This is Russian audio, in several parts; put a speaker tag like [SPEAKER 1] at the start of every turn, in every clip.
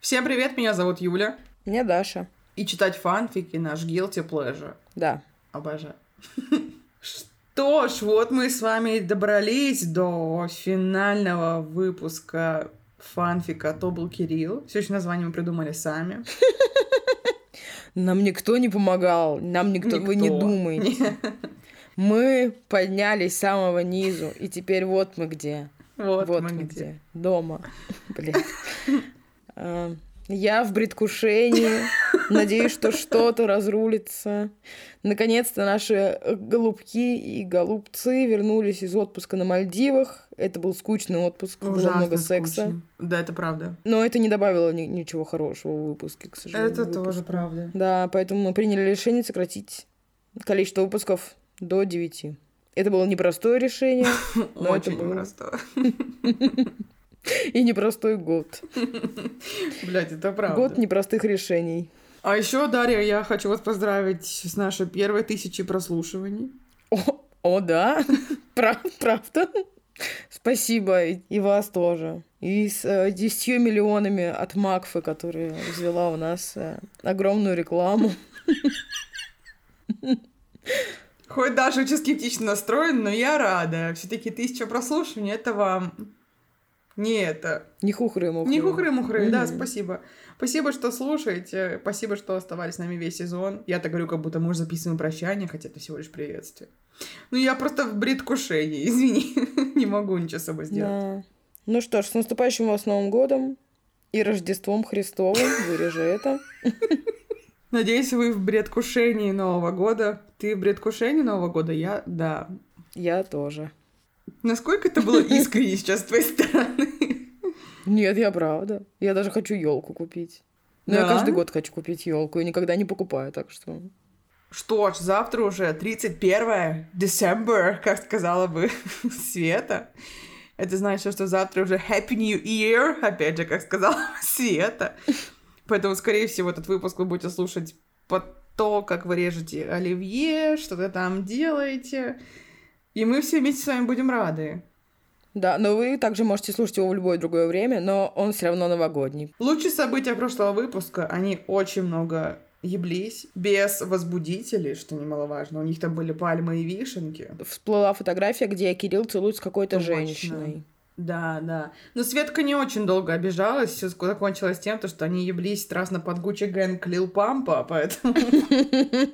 [SPEAKER 1] Всем привет, меня зовут Юля.
[SPEAKER 2] Меня Даша.
[SPEAKER 1] И читать фанфики наш guilty pleasure.
[SPEAKER 2] Да.
[SPEAKER 1] Обожаю. Что ж, вот мы с вами и добрались до финального выпуска фанфика «То был Кирилл». Все еще название мы придумали сами.
[SPEAKER 2] Нам никто не помогал, нам никто, вы не
[SPEAKER 1] Никто.
[SPEAKER 2] думаете. Мы поднялись с самого низу, и теперь вот мы где.
[SPEAKER 1] Вот, мы где.
[SPEAKER 2] Дома. Блин. А, Я в бредкушении. Надеюсь, что что-то разрулится. Наконец-то наши э, голубки и голубцы вернулись из отпуска на Мальдивах. Это был скучный отпуск, было
[SPEAKER 1] Ужасно
[SPEAKER 2] много секса.
[SPEAKER 1] скучно. Да, это правда.
[SPEAKER 2] Но это не добавило ни- ничего хорошего в выпуске, к сожалению.
[SPEAKER 1] Это
[SPEAKER 2] выпуску.
[SPEAKER 1] тоже правда.
[SPEAKER 2] Да, поэтому мы приняли решение сократить количество выпусков до 9. Это было непростое решение Но Ну, это
[SPEAKER 1] Очень
[SPEAKER 2] было.
[SPEAKER 1] просто.
[SPEAKER 2] и непростой год.
[SPEAKER 1] Блять, это правда.
[SPEAKER 2] Год непростых решений.
[SPEAKER 1] А еще, Дарья, я хочу вас поздравить с нашей первой тысячи прослушиваний.
[SPEAKER 2] О, о, да, Прав- правда. Спасибо, и и вас тоже. И с э, 10 миллионами от Макфы, которая взяла у нас э, огромную рекламу.
[SPEAKER 1] Хоть Даша очень скептично настроен, но я рада. Все-таки тысяча прослушиваний это вам. Не это.
[SPEAKER 2] Не хухры-мухры.
[SPEAKER 1] Не хухры-мухры, да,
[SPEAKER 2] Мгм.
[SPEAKER 1] спасибо. Спасибо, что слушаете. Спасибо, что оставались с нами весь сезон. Я так говорю, как будто мы уже записываем прощание, хотя это всего лишь приветствие. Ну, я просто в бредкушении, извини. Не могу ничего с собой сделать.
[SPEAKER 2] Да. Ну что ж, с наступающим вас Новым годом и Рождеством Христовым. Вырежи это.
[SPEAKER 1] Надеюсь, вы в бредкушении Нового года. Ты в бредкушении Нового года? Я, да.
[SPEAKER 2] Я тоже.
[SPEAKER 1] Насколько это было искренне сейчас с твоей стороны?
[SPEAKER 2] Нет, я правда. Я даже хочу елку купить. Но я
[SPEAKER 1] Да?
[SPEAKER 2] каждый год хочу купить елку и никогда не покупаю, так что.
[SPEAKER 1] Что ж, завтра уже 31 December, как сказала бы Света. Это значит, что завтра уже Happy New Year, опять же, как сказала Света. Поэтому, скорее всего, этот выпуск вы будете слушать под то, как вы режете оливье, что-то там делаете. И мы все вместе с вами будем рады.
[SPEAKER 2] Да, но вы также можете слушать его в любое другое время, но он все равно новогодний.
[SPEAKER 1] Лучшие события прошлого выпуска, они очень много еблись, без возбудителей, что немаловажно. У них там были пальмы и вишенки.
[SPEAKER 2] Всплыла фотография, где Кирилл целует с какой-то
[SPEAKER 1] Точно.
[SPEAKER 2] женщиной.
[SPEAKER 1] Да, да. Но Светка не очень долго обижалась. Все закончилось тем, то, что они еблись страстно под Гуччи Гэнг Лил Пампа, поэтому...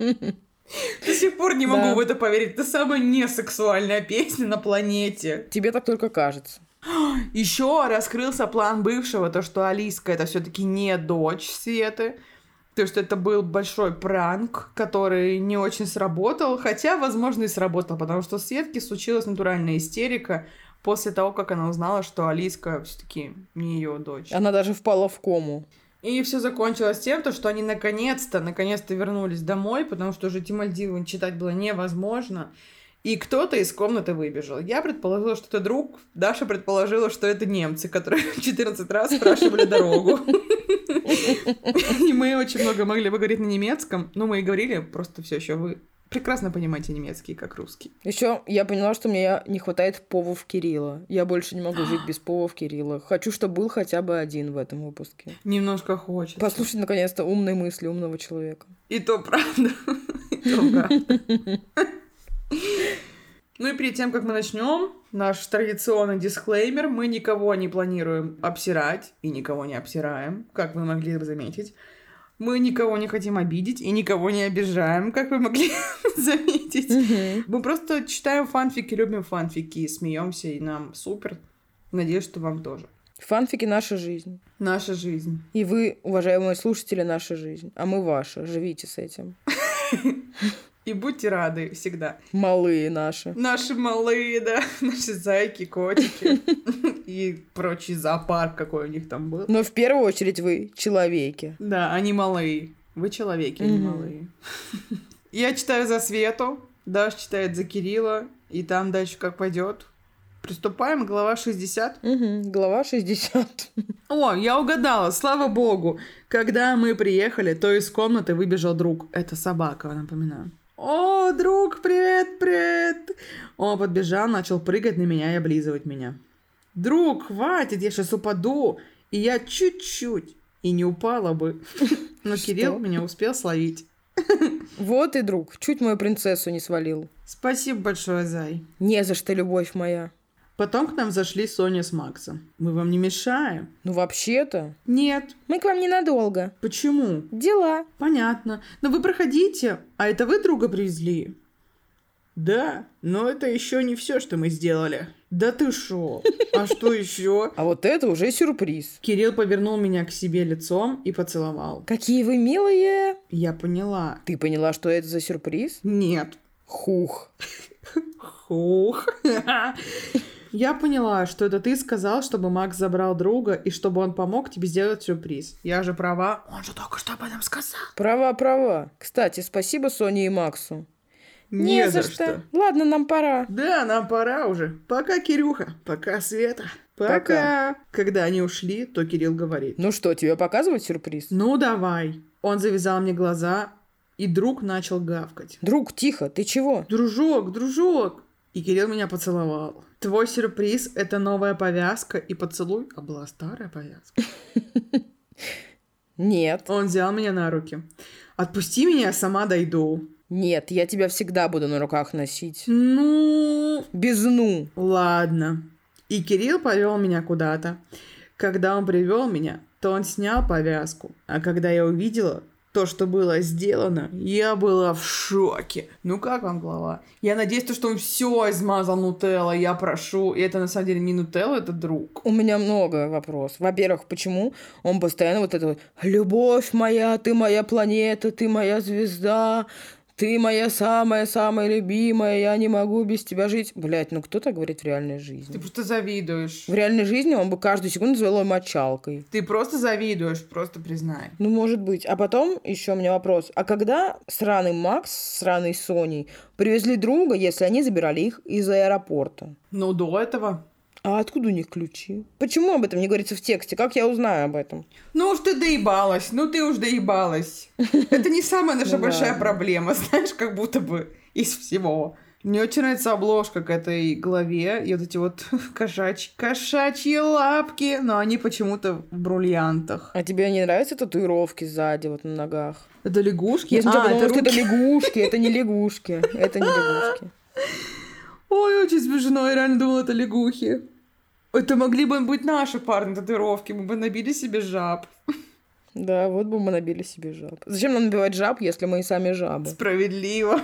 [SPEAKER 1] До сих пор не
[SPEAKER 2] Да.
[SPEAKER 1] могу в это поверить. Это самая несексуальная песня на планете.
[SPEAKER 2] Тебе так только кажется.
[SPEAKER 1] Еще раскрылся план бывшего, то, что Алиска это все-таки не дочь Светы. То, что это был большой пранк, который не очень сработал, хотя, возможно, и сработал, потому что у Светки случилась натуральная истерика после того, как она узнала, что Алиска все-таки не ее дочь.
[SPEAKER 2] Она даже впала в кому.
[SPEAKER 1] И все закончилось тем, то, что они наконец-то, наконец-то вернулись домой, потому что уже эти Мальдивы читать было невозможно. И кто-то из комнаты выбежал. Я предположила, что это друг. Даша предположила, что это немцы, которые 14 раз спрашивали дорогу. И мы очень много могли бы говорить на немецком. но мы и говорили, просто все еще вы прекрасно понимаете немецкий, как русский.
[SPEAKER 2] Еще я поняла, что мне не хватает повов Кирилла. Я больше не могу жить без повов Кирилла. Хочу, чтобы был хотя бы один в этом выпуске.
[SPEAKER 1] Немножко хочется.
[SPEAKER 2] Послушать, наконец-то, умные мысли умного человека.
[SPEAKER 1] И то правда. И то правда. Ну и перед тем, как мы начнем, наш традиционный дисклеймер. Мы никого не планируем обсирать и никого не обсираем, как вы могли бы заметить. Мы никого не хотим обидеть и никого не обижаем, как вы могли заметить. Мы просто читаем фанфики, любим фанфики, смеемся, и нам супер. Надеюсь, что вам тоже.
[SPEAKER 2] Фанфики — наша жизнь.
[SPEAKER 1] Наша жизнь.
[SPEAKER 2] И вы, уважаемые слушатели, наша жизнь. А мы ваша. Живите с этим.
[SPEAKER 1] И будьте рады всегда.
[SPEAKER 2] Малые наши.
[SPEAKER 1] Наши малые, да, наши зайки, котики и прочий зоопарк, какой у них там был.
[SPEAKER 2] Но в первую очередь вы — человеки.
[SPEAKER 1] Да, они малые. Вы человеки, они
[SPEAKER 2] Мгм.
[SPEAKER 1] малые. Я читаю за Свету, Даша читает за Кирилла, и там дальше как пойдет. Приступаем, глава 60.
[SPEAKER 2] Мгм. Глава 60.
[SPEAKER 1] О, я угадала, слава богу. Когда мы приехали, то из комнаты выбежал друг. Это собака, напоминаю. О, друг, привет, привет. Он подбежал, начал прыгать на меня и облизывать меня. Друг, хватит, я сейчас упаду. И я чуть-чуть, и не упала бы. Но
[SPEAKER 2] Что?
[SPEAKER 1] Кирилл меня успел словить.
[SPEAKER 2] Вот и друг, чуть мою принцессу не свалил.
[SPEAKER 1] Спасибо большое, Зай.
[SPEAKER 2] Не за что, любовь моя.
[SPEAKER 1] Потом к нам зашли Соня с Максом. Мы вам не мешаем?
[SPEAKER 2] Ну, вообще-то,
[SPEAKER 1] Нет.
[SPEAKER 2] мы к вам ненадолго.
[SPEAKER 1] Почему?
[SPEAKER 2] Дела.
[SPEAKER 1] Понятно. Но вы проходите, а это вы друга привезли? Да, но это еще не все, что мы сделали. Да ты шо? А что еще?
[SPEAKER 2] А вот это уже сюрприз.
[SPEAKER 1] Кирилл повернул меня к себе лицом и поцеловал.
[SPEAKER 2] Какие вы милые.
[SPEAKER 1] Я поняла.
[SPEAKER 2] Ты поняла, что это за сюрприз?
[SPEAKER 1] Нет.
[SPEAKER 2] Хух.
[SPEAKER 1] Хух. Я поняла, что это ты сказал, чтобы Макс забрал друга и чтобы он помог тебе сделать сюрприз. Я же права. Он же только что об этом сказал.
[SPEAKER 2] Права, права. Кстати, спасибо Соне и Максу.
[SPEAKER 1] Не, за, что.
[SPEAKER 2] Ладно, нам пора.
[SPEAKER 1] Да, нам пора уже. Пока, Кирюха. Пока, Света. Пока.
[SPEAKER 2] Пока.
[SPEAKER 1] Когда они ушли, то Кирилл говорит.
[SPEAKER 2] Ну что, тебе показывать сюрприз?
[SPEAKER 1] Ну, давай. Он завязал мне глаза, и друг начал гавкать.
[SPEAKER 2] Друг, тихо, ты чего?
[SPEAKER 1] Дружок, дружок. И Кирилл меня поцеловал. Твой сюрприз — это новая повязка и поцелуй, а была старая повязка.
[SPEAKER 2] Нет.
[SPEAKER 1] Он взял меня на руки. Отпусти меня, я сама дойду.
[SPEAKER 2] Нет, я тебя всегда буду на руках носить.
[SPEAKER 1] Ну,
[SPEAKER 2] Без ну.
[SPEAKER 1] Ладно. И Кирилл повел меня куда-то. Когда он привел меня, то он снял повязку. А когда я увидела то, что было сделано, я была в шоке. Ну как вам глава? Я надеюсь, то, что он все измазал нутелла, я прошу. И это на самом деле не нутелла, это друг.
[SPEAKER 2] У меня много вопросов. Во-первых, почему он постоянно вот это вот «Любовь моя, ты моя планета, ты моя звезда, ты моя самая-самая любимая, я не могу без тебя жить». Блять, ну кто так говорит в реальной
[SPEAKER 1] Ты
[SPEAKER 2] жизни?
[SPEAKER 1] просто завидуешь.
[SPEAKER 2] В реальной жизни он бы каждую секунду звал ее мочалкой.
[SPEAKER 1] Ты просто завидуешь, просто признай.
[SPEAKER 2] Ну, может быть. А потом еще у меня вопрос. А когда сраный Макс с сраной Соней привезли друга, если они забирали их из аэропорта?
[SPEAKER 1] Но до этого...
[SPEAKER 2] А откуда у них ключи? Почему об этом не говорится в тексте? Как я узнаю об этом?
[SPEAKER 1] Ну уж ты доебалась, ну ты уж доебалась. Это не самая наша
[SPEAKER 2] Ну
[SPEAKER 1] большая
[SPEAKER 2] ладно.
[SPEAKER 1] проблема, знаешь, как будто бы из всего. Мне очень нравится обложка к этой главе и вот эти вот кошачьи, кошачьи лапки, но они почему-то в бриллиантах.
[SPEAKER 2] А тебе не нравятся татуировки сзади, вот на ногах?
[SPEAKER 1] Это лягушки?
[SPEAKER 2] Если
[SPEAKER 1] а, это
[SPEAKER 2] что это
[SPEAKER 1] руки.
[SPEAKER 2] лягушки, это не лягушки. Это не лягушки.
[SPEAKER 1] Ой, очень смешно, я реально думала, это лягухи. Это могли бы быть наши парные татуировки, мы бы набили себе жаб.
[SPEAKER 2] Да, вот бы мы набили себе жаб. Зачем нам набивать жаб, если мы и сами жабы?
[SPEAKER 1] Справедливо.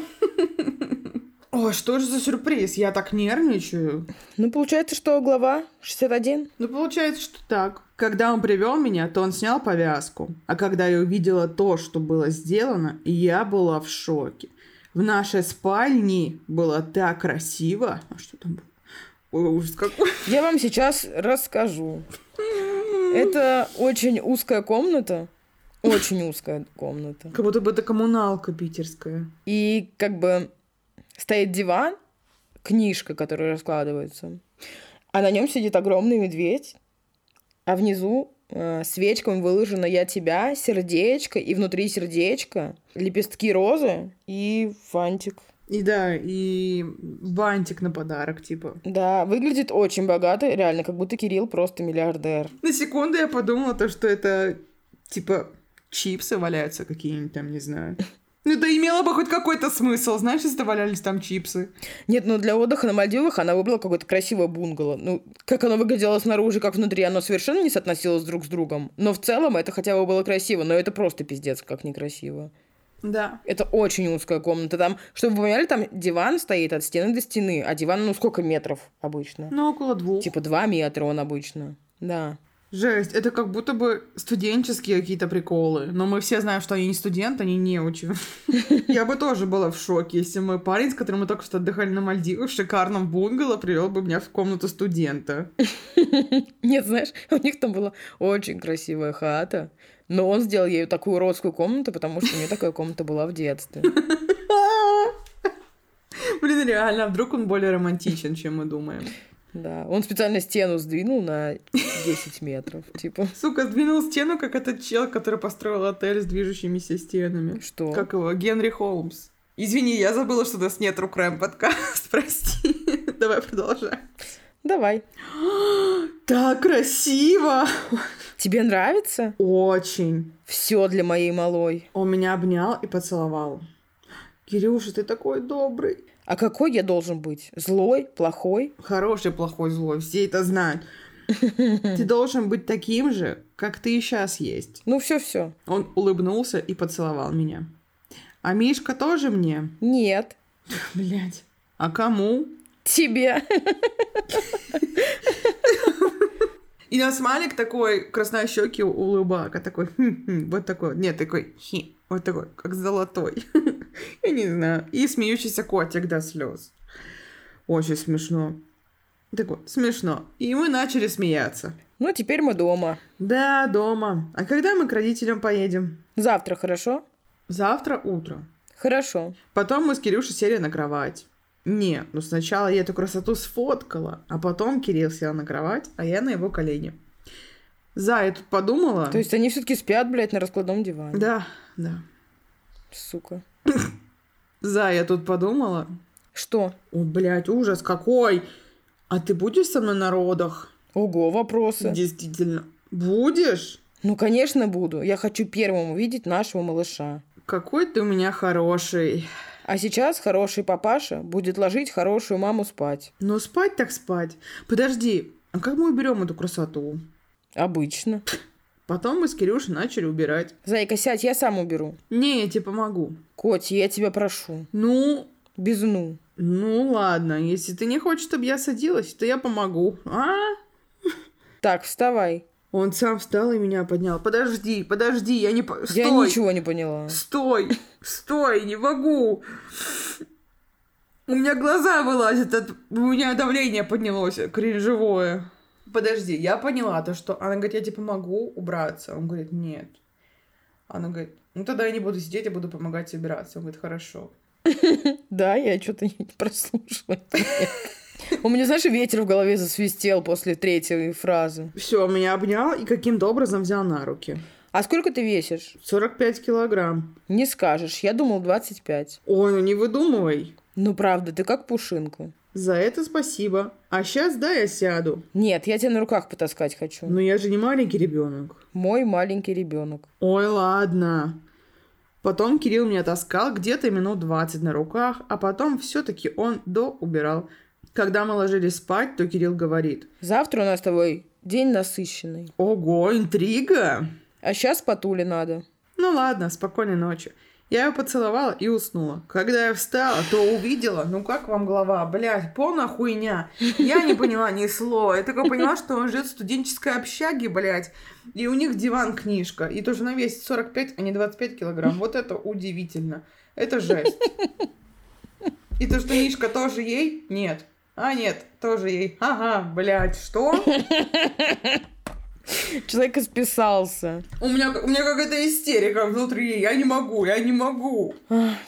[SPEAKER 1] Ой, что же за сюрприз? Я так нервничаю.
[SPEAKER 2] Ну, получается, что глава 61?
[SPEAKER 1] Ну, получается, что так. Когда он привел меня, то он снял повязку. А когда я увидела то, что было сделано, я была в шоке. В нашей спальне было так красиво. А что там было? Ой, ужас какой.
[SPEAKER 2] Я вам сейчас расскажу. Это очень узкая комната. Очень узкая комната.
[SPEAKER 1] Как будто бы это коммуналка питерская.
[SPEAKER 2] И как бы стоит диван, книжка, которая раскладывается, а на нем сидит огромный медведь, а внизу э, свечками выложено «Я тебя», сердечко, и внутри сердечко лепестки розы и фантик.
[SPEAKER 1] И да, и бантик на подарок, типа.
[SPEAKER 2] Да, выглядит очень богато, реально, как будто Кирилл просто миллиардер.
[SPEAKER 1] На секунду я подумала, то, что это, типа, чипсы валяются какие-нибудь там, не знаю. Ну, это имело бы хоть какой-то смысл, знаешь, если валялись там чипсы.
[SPEAKER 2] Нет, ну для отдыха на Мальдивах она выбрала какое-то красивое бунгало. Ну, как оно выглядело снаружи, как внутри, оно совершенно не соотносилось друг с другом. Но в целом это хотя бы было красиво, но это просто пиздец, как некрасиво.
[SPEAKER 1] Да.
[SPEAKER 2] Это очень узкая комната. Там, чтобы вы понимали, там диван стоит от стены до стены. А диван, ну, сколько метров обычно?
[SPEAKER 1] Ну, около двух.
[SPEAKER 2] Типа два метра он обычно. Да.
[SPEAKER 1] Жесть, это как будто бы студенческие какие-то приколы. Но мы все знаем, что они не студенты, они неучи. Я бы тоже была в шоке, если мой парень, с которым мы только что отдыхали на Мальдивах, в шикарном бунгало привел бы меня в комнату студента.
[SPEAKER 2] Нет, знаешь, у них там была очень красивая хата. Но он сделал ею такую уродскую комнату, потому что у меня такая комната была в детстве.
[SPEAKER 1] Блин, реально, а вдруг он более романтичен, чем мы думаем.
[SPEAKER 2] Да. Он специально стену сдвинул на 10 метров. Типа,
[SPEAKER 1] Сука, сдвинул стену, как этот чел, который построил отель с движущимися стенами.
[SPEAKER 2] что?
[SPEAKER 1] Как его? Генри Холмс. Извини, я забыла, что у нас нет Рукрэм подкаст, прости. Давай продолжаем.
[SPEAKER 2] Давай.
[SPEAKER 1] Так красиво!
[SPEAKER 2] Тебе нравится?
[SPEAKER 1] Очень.
[SPEAKER 2] Все для моей малой.
[SPEAKER 1] Он меня обнял и поцеловал. Кирюша, ты такой добрый.
[SPEAKER 2] А какой я должен быть? Злой? Плохой?
[SPEAKER 1] Хороший, плохой, злой. Все это знают. Ты должен быть таким же, как ты и сейчас есть.
[SPEAKER 2] Ну все-все.
[SPEAKER 1] Он улыбнулся и поцеловал меня. А Мишка тоже мне?
[SPEAKER 2] Нет.
[SPEAKER 1] Блять. А кому?
[SPEAKER 2] Тебе.
[SPEAKER 1] И нас Малик такой краснощекий улыбака, такой, «Хм-хм», вот такой, вот. нет, такой, «Хи», вот такой, как золотой. Я не знаю. И смеющийся котик до слез. Очень смешно. Такой, смешно. И мы начали смеяться.
[SPEAKER 2] Ну, теперь мы дома.
[SPEAKER 1] Да, дома. А когда мы к родителям поедем?
[SPEAKER 2] Завтра, хорошо?
[SPEAKER 1] Завтра утро.
[SPEAKER 2] Хорошо.
[SPEAKER 1] Потом мы с Кирюшей сели на кровать. Не, ну сначала я эту красоту сфоткала, а потом Кирилл сел на кровать, а я на его колени. За, я тут подумала.
[SPEAKER 2] То есть они все-таки спят, блядь, на раскладном диване.
[SPEAKER 1] Да, да.
[SPEAKER 2] Сука.
[SPEAKER 1] За, я тут подумала.
[SPEAKER 2] Что?
[SPEAKER 1] О, блядь, ужас какой! А ты будешь со мной на родах?
[SPEAKER 2] Ого, вопросы.
[SPEAKER 1] Действительно. Будешь?
[SPEAKER 2] Ну, конечно, буду. Я хочу первым увидеть нашего малыша.
[SPEAKER 1] Какой ты у меня хороший.
[SPEAKER 2] А сейчас хороший папаша будет ложить хорошую маму спать.
[SPEAKER 1] Но спать так спать. Подожди, а как мы уберем эту красоту?
[SPEAKER 2] Обычно.
[SPEAKER 1] Потом мы с Кирюшей начали убирать.
[SPEAKER 2] Зайка, сядь, я сам уберу.
[SPEAKER 1] Не, я тебе помогу.
[SPEAKER 2] Коть, я тебя прошу.
[SPEAKER 1] Ну,
[SPEAKER 2] Безну.
[SPEAKER 1] ну ладно, если ты не хочешь, чтобы я садилась, то я помогу. А?
[SPEAKER 2] Так, вставай.
[SPEAKER 1] Он сам встал и меня поднял. Подожди, подожди, я не... по- Стой!
[SPEAKER 2] Я ничего не поняла.
[SPEAKER 1] Стой! Стой! Не могу! У меня глаза вылазят, от... у меня давление поднялось кринжевое. Подожди, я поняла то, что... Она говорит, я тебе помогу убраться. Он говорит, нет. Она говорит, ну тогда я не буду сидеть, я буду помогать тебе убираться. Он говорит, хорошо.
[SPEAKER 2] Да, я что-то не прослушала. У меня, знаешь, ветер в голове засвистел после третьей фразы.
[SPEAKER 1] Все, меня обнял и каким-то образом взял на руки.
[SPEAKER 2] А сколько ты весишь?
[SPEAKER 1] 45 килограмм.
[SPEAKER 2] Не скажешь. Я думал 25.
[SPEAKER 1] Ой, ну не выдумывай.
[SPEAKER 2] Ну, правда, ты как пушинка.
[SPEAKER 1] За это спасибо. А сейчас да, я сяду.
[SPEAKER 2] Нет, я тебя на руках потаскать хочу.
[SPEAKER 1] Но я же не маленький ребенок.
[SPEAKER 2] Мой маленький ребенок.
[SPEAKER 1] Ой, ладно. Потом Кирилл меня таскал где-то минут 20 на руках, а потом все-таки он до убирал. Когда мы ложились спать, то Кирилл говорит.
[SPEAKER 2] Завтра у нас с тобой день насыщенный.
[SPEAKER 1] Ого, интрига!
[SPEAKER 2] А сейчас потули надо.
[SPEAKER 1] Ну ладно, спокойной ночи. Я ее поцеловала и уснула. Когда я встала, то увидела, ну как вам глава, блядь, полная хуйня. Я не поняла ни слова. Я только поняла, что он живет в студенческой общаге, блядь. И у них диван-книжка. И тоже на весит 45, а не 25 килограмм. Вот это удивительно. Это жесть. И то, что Мишка тоже ей? Нет. А, нет, тоже ей. Ага, блядь, что?
[SPEAKER 2] Человек исписался.
[SPEAKER 1] У меня, у меня какая-то истерика внутри. Я не могу, я не могу.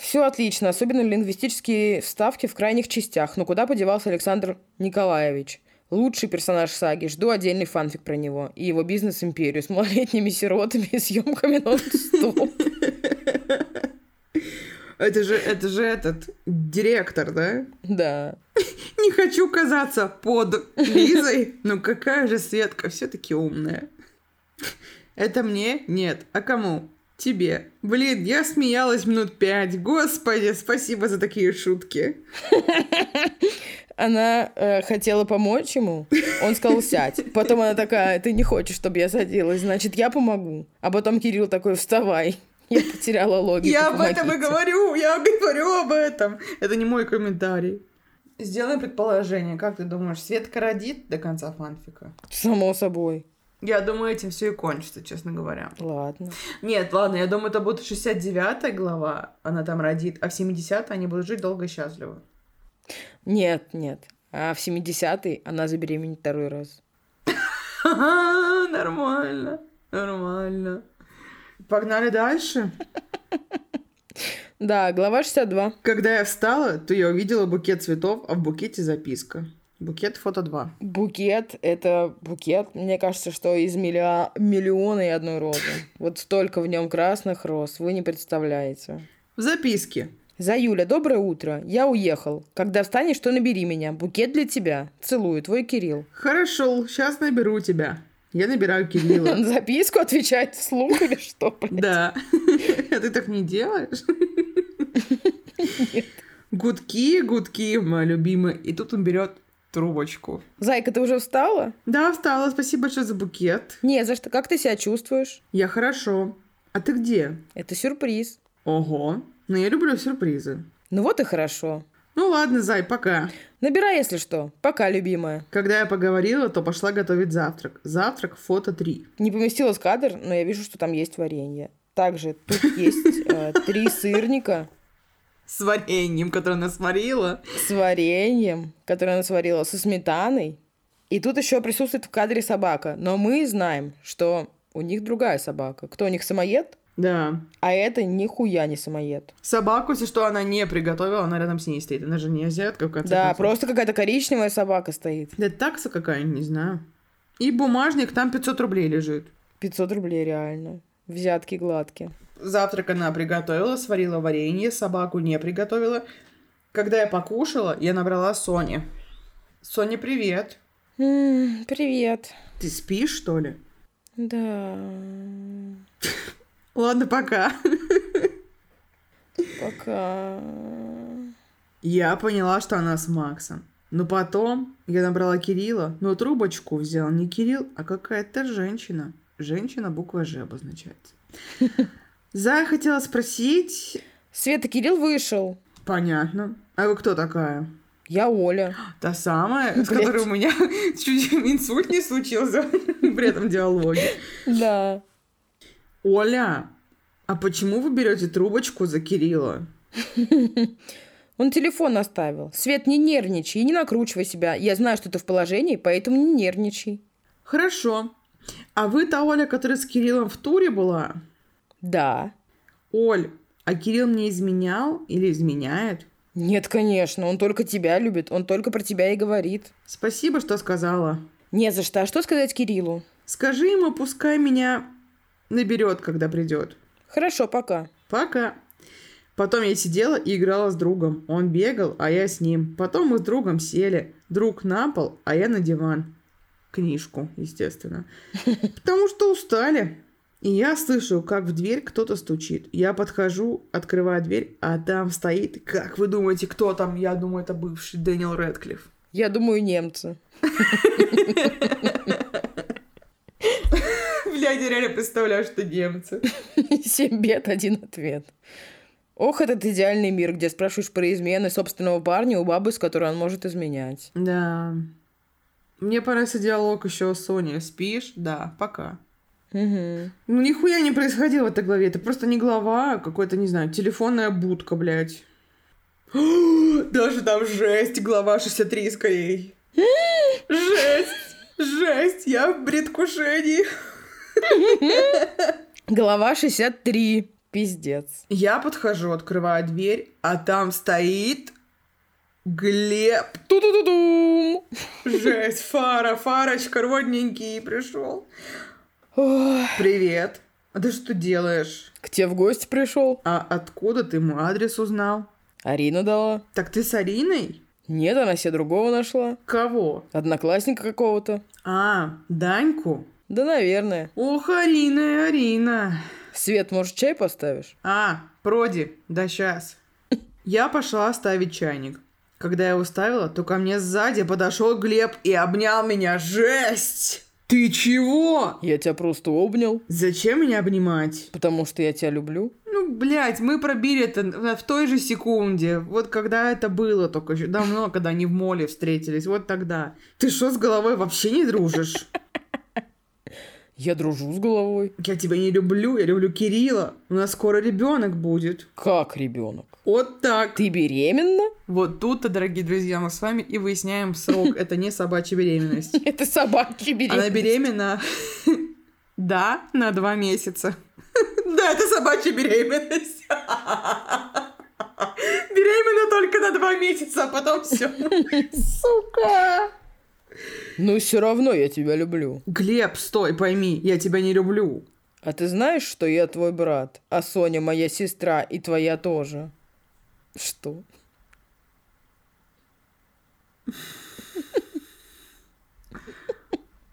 [SPEAKER 2] Все отлично, особенно лингвистические вставки в крайних частях. Но куда подевался Александр Николаевич? Лучший персонаж саги. Жду отдельный фанфик про него и его бизнес-империю с малолетними сиротами и съемками нон-стоп.
[SPEAKER 1] Это же, это же этот директор, да?
[SPEAKER 2] Да.
[SPEAKER 1] Не хочу казаться под Лизой, но какая же Светка все-таки умная. Это мне? Нет. А кому? Тебе. Блин, я смеялась минут пять. Господи, спасибо за такие шутки.
[SPEAKER 2] Она э, хотела помочь ему, он сказал сядь. Потом она такая, ты не хочешь, чтобы я садилась, значит, я помогу. А потом Кирилл такой, вставай. Я потеряла логику.
[SPEAKER 1] я об этом и
[SPEAKER 2] помогите».
[SPEAKER 1] говорю, я говорю об этом. Это не мой комментарий. Сделаем предположение. Как ты думаешь, Светка родит до конца фанфика?
[SPEAKER 2] Само собой.
[SPEAKER 1] Я думаю, этим все и кончится, честно говоря.
[SPEAKER 2] Ладно.
[SPEAKER 1] Нет, ладно, я думаю, это будет 69 глава, она там родит, а в 70 они будут жить долго и счастливо.
[SPEAKER 2] Нет, нет. А в 70-й она забеременеет второй раз.
[SPEAKER 1] Ха-ха, Нормально, нормально. Погнали дальше.
[SPEAKER 2] Да, глава 62.
[SPEAKER 1] Когда я встала, то я увидела букет цветов, а в букете записка. Букет фото 2.
[SPEAKER 2] Букет — это букет, мне кажется, что из миллиа... миллиона и одной розы. Вот столько в нем красных роз, вы не представляете.
[SPEAKER 1] В записке.
[SPEAKER 2] Заюля, доброе утро. Я уехал. Когда встанешь, то набери меня. Букет для тебя. Целую, твой Кирилл.
[SPEAKER 1] Хорошо, сейчас наберу тебя. Я набираю Кирилла.
[SPEAKER 2] Записку отвечать вслух или что, блядь?
[SPEAKER 1] Да. А ты так не делаешь? Гудки, гудки, моя любимая. И тут он берет трубочку.
[SPEAKER 2] Зайка, ты уже встала?
[SPEAKER 1] Да, встала. Спасибо большое за букет.
[SPEAKER 2] Не, за что. Как ты себя чувствуешь?
[SPEAKER 1] Я хорошо. А ты где?
[SPEAKER 2] Это сюрприз.
[SPEAKER 1] Ого. Ну, я люблю сюрпризы.
[SPEAKER 2] Ну вот и хорошо.
[SPEAKER 1] Ну ладно, Зай, пока.
[SPEAKER 2] Набирай, если что. Пока, любимая.
[SPEAKER 1] Когда я поговорила, то пошла готовить завтрак. Завтрак фото 3.
[SPEAKER 2] Не поместилась в кадр, но я вижу, что там есть варенье. Также тут есть э, три сырника
[SPEAKER 1] С вареньем, которое она сварила.
[SPEAKER 2] с вареньем, которое она сварила, со сметаной. И тут еще присутствует в кадре собака. Но мы знаем, что у них другая собака. Кто у них самоед?
[SPEAKER 1] Да.
[SPEAKER 2] А это нихуя не самоед.
[SPEAKER 1] Собаку, если что, она не приготовила, она рядом с ней стоит. Она же не азиатка, в конце
[SPEAKER 2] да,
[SPEAKER 1] концов.
[SPEAKER 2] просто какая-то коричневая собака стоит.
[SPEAKER 1] Да такса какая-нибудь, не знаю. И бумажник, там 500 рублей лежит.
[SPEAKER 2] 500 рублей реально. Взятки гладкие.
[SPEAKER 1] Завтрак она приготовила, сварила варенье, собаку не приготовила. Когда я покушала, я набрала Соне. Соня, привет.
[SPEAKER 2] М, привет.
[SPEAKER 1] Ты спишь, что ли?
[SPEAKER 2] Да.
[SPEAKER 1] Ладно, пока.
[SPEAKER 2] Пока.
[SPEAKER 1] Я поняла, что она с Максом. Но потом я набрала Кирилла, но трубочку взял не Кирилл, а какая-то женщина. Женщина буква Ж обозначается. Зая хотела спросить...
[SPEAKER 2] Света Кирилл вышел.
[SPEAKER 1] Понятно. А вы кто такая?
[SPEAKER 2] Я Оля.
[SPEAKER 1] Та самая, с
[SPEAKER 2] Блядь.
[SPEAKER 1] которой у меня чуть инсульт не случился при этом диалоге.
[SPEAKER 2] Да.
[SPEAKER 1] Оля, а почему вы берете трубочку за Кирилла?
[SPEAKER 2] Он телефон оставил. Свет, не нервничай и не накручивай себя. Я знаю, что ты в положении, поэтому не нервничай.
[SPEAKER 1] Хорошо. А вы та Оля, которая с Кириллом в туре была?
[SPEAKER 2] Да.
[SPEAKER 1] Оль, а Кирилл мне изменял или изменяет?
[SPEAKER 2] Нет, конечно, он только тебя любит, он только про тебя и говорит.
[SPEAKER 1] Спасибо, что сказала.
[SPEAKER 2] Не за что. А что сказать Кириллу?
[SPEAKER 1] Скажи ему, пускай меня наберет, когда придет.
[SPEAKER 2] Хорошо, пока.
[SPEAKER 1] Пока. Потом я сидела и играла с другом. Он бегал, а я с ним. Потом мы с другом сели. Друг на пол, а я на диван. Книжку, естественно. Потому что устали. И я слышу, как в дверь кто-то стучит. Я подхожу, открываю дверь, а там стоит... Как вы думаете, кто там? Я думаю, это бывший Дэниел Рэдклифф.
[SPEAKER 2] Я думаю, немцы.
[SPEAKER 1] Блядь, я реально представляю, что немцы.
[SPEAKER 2] Семь бед, один ответ. Ох, этот идеальный мир, где спрашиваешь про измены собственного парня у бабы, с которой он может изменять.
[SPEAKER 1] Да. Мне понравился диалог еще с Соней. Спишь? Да, пока.
[SPEAKER 2] Мгм.
[SPEAKER 1] Ну, нихуя не происходило в этой главе. Это просто не глава, а какой-то, не знаю, телефонная будка, блядь. Даже там жесть, глава 63 скорее. Жесть! Жесть! Я в предвкушении.
[SPEAKER 2] Глава 63. Пиздец.
[SPEAKER 1] Я подхожу, открываю дверь, а там стоит Глеб.
[SPEAKER 2] Ту-ду-ду-дум!
[SPEAKER 1] Жесть, Фара, Фарочка, родненький, пришел.
[SPEAKER 2] Ох,
[SPEAKER 1] Привет. А ты что делаешь?
[SPEAKER 2] К тебе в гости пришел?
[SPEAKER 1] А откуда ты ему адрес узнал?
[SPEAKER 2] Арина дала.
[SPEAKER 1] Так ты с Ариной?
[SPEAKER 2] Нет, она себе другого нашла.
[SPEAKER 1] Кого?
[SPEAKER 2] Одноклассника какого-то.
[SPEAKER 1] А, Даньку?
[SPEAKER 2] Да, наверное.
[SPEAKER 1] Ох, Арина, Арина.
[SPEAKER 2] Свет, может, чай поставишь?
[SPEAKER 1] А, Проди, да сейчас. Я пошла ставить чайник. Когда я его ставила, то ко мне сзади подошел Глеб и обнял меня. Жесть! Ты чего?
[SPEAKER 2] Я тебя просто обнял,
[SPEAKER 1] Зачем меня обнимать?
[SPEAKER 2] потому что я тебя люблю.
[SPEAKER 1] Ну, блядь, мы пробили это на- в той же секунде. Вот когда это было только еще давно, когда они в моле встретились. Вот тогда. Ты что, с головой вообще не дружишь?
[SPEAKER 2] Я дружу с головой.
[SPEAKER 1] Я тебя не люблю, я люблю Кирилла. У нас скоро ребенок будет.
[SPEAKER 2] Как ребенок?
[SPEAKER 1] Вот так.
[SPEAKER 2] Ты беременна?
[SPEAKER 1] Вот тут-то, дорогие друзья, мы с вами и выясняем срок. Это не собачья беременность.
[SPEAKER 2] Это собаки беременна.
[SPEAKER 1] Она беременна, да, на два месяца. Да, это собачья беременность. Беременна только на два месяца, а потом все. Сука!
[SPEAKER 2] Ну, все равно я тебя люблю.
[SPEAKER 1] Глеб, стой, пойми, я тебя не люблю.
[SPEAKER 2] А ты знаешь, что я твой брат, а Соня моя сестра и твоя тоже? Что?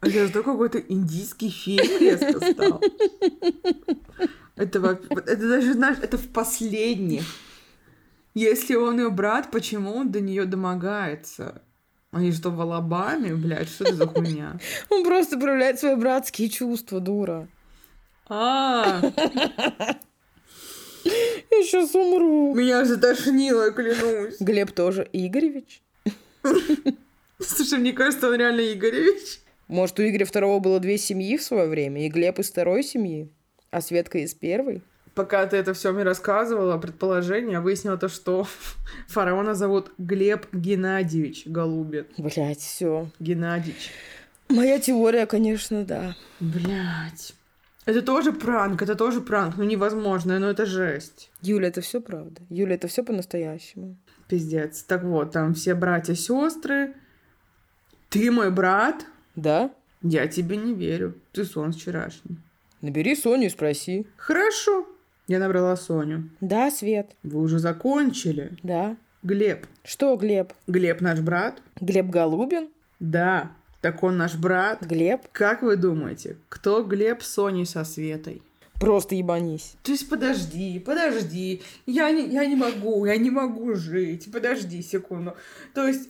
[SPEAKER 1] А Я что какой-то индийский фильм резко стал. Это, воп- это даже, знаешь, это в последних. Если он ее брат, почему он до нее домогается? Они что, в Алабаме, блядь, что это за хуйня?
[SPEAKER 2] Он просто проявляет свои братские чувства, дура.
[SPEAKER 1] А,
[SPEAKER 2] Я сейчас умру.
[SPEAKER 1] меня затошнило, клянусь.
[SPEAKER 2] Глеб тоже Игоревич?
[SPEAKER 1] Слушай, мне кажется, он реально Игоревич.
[SPEAKER 2] Может, у Игоря второго было две семьи в свое время, и Глеб из второй семьи, а Светка из первой?
[SPEAKER 1] Пока ты это все мне рассказывала, предположение, я выяснила то, что фараона зовут Глеб Геннадьевич Голубин.
[SPEAKER 2] Блять, все.
[SPEAKER 1] Геннадьевич.
[SPEAKER 2] Моя теория, конечно, да.
[SPEAKER 1] Блять. Это тоже пранк, это тоже пранк. Ну невозможно, но это жесть.
[SPEAKER 2] Юля, это все правда. Юля, это все по-настоящему.
[SPEAKER 1] Пиздец. Так вот, там все братья, сестры. Ты мой брат.
[SPEAKER 2] Да?
[SPEAKER 1] Я тебе не верю. Ты сон вчерашний.
[SPEAKER 2] Набери Соню и спроси.
[SPEAKER 1] Хорошо. Я набрала Соню.
[SPEAKER 2] Да, Свет.
[SPEAKER 1] Вы уже закончили.
[SPEAKER 2] Да.
[SPEAKER 1] Глеб.
[SPEAKER 2] Что, Глеб?
[SPEAKER 1] Глеб наш брат?
[SPEAKER 2] Глеб Голубин?
[SPEAKER 1] Да. Так он наш брат.
[SPEAKER 2] Глеб?
[SPEAKER 1] Как вы думаете, кто Глеб с Соней со Светой?
[SPEAKER 2] Просто ебанись.
[SPEAKER 1] То есть подожди, подожди, я не, я не могу, я не могу жить, подожди секунду. То есть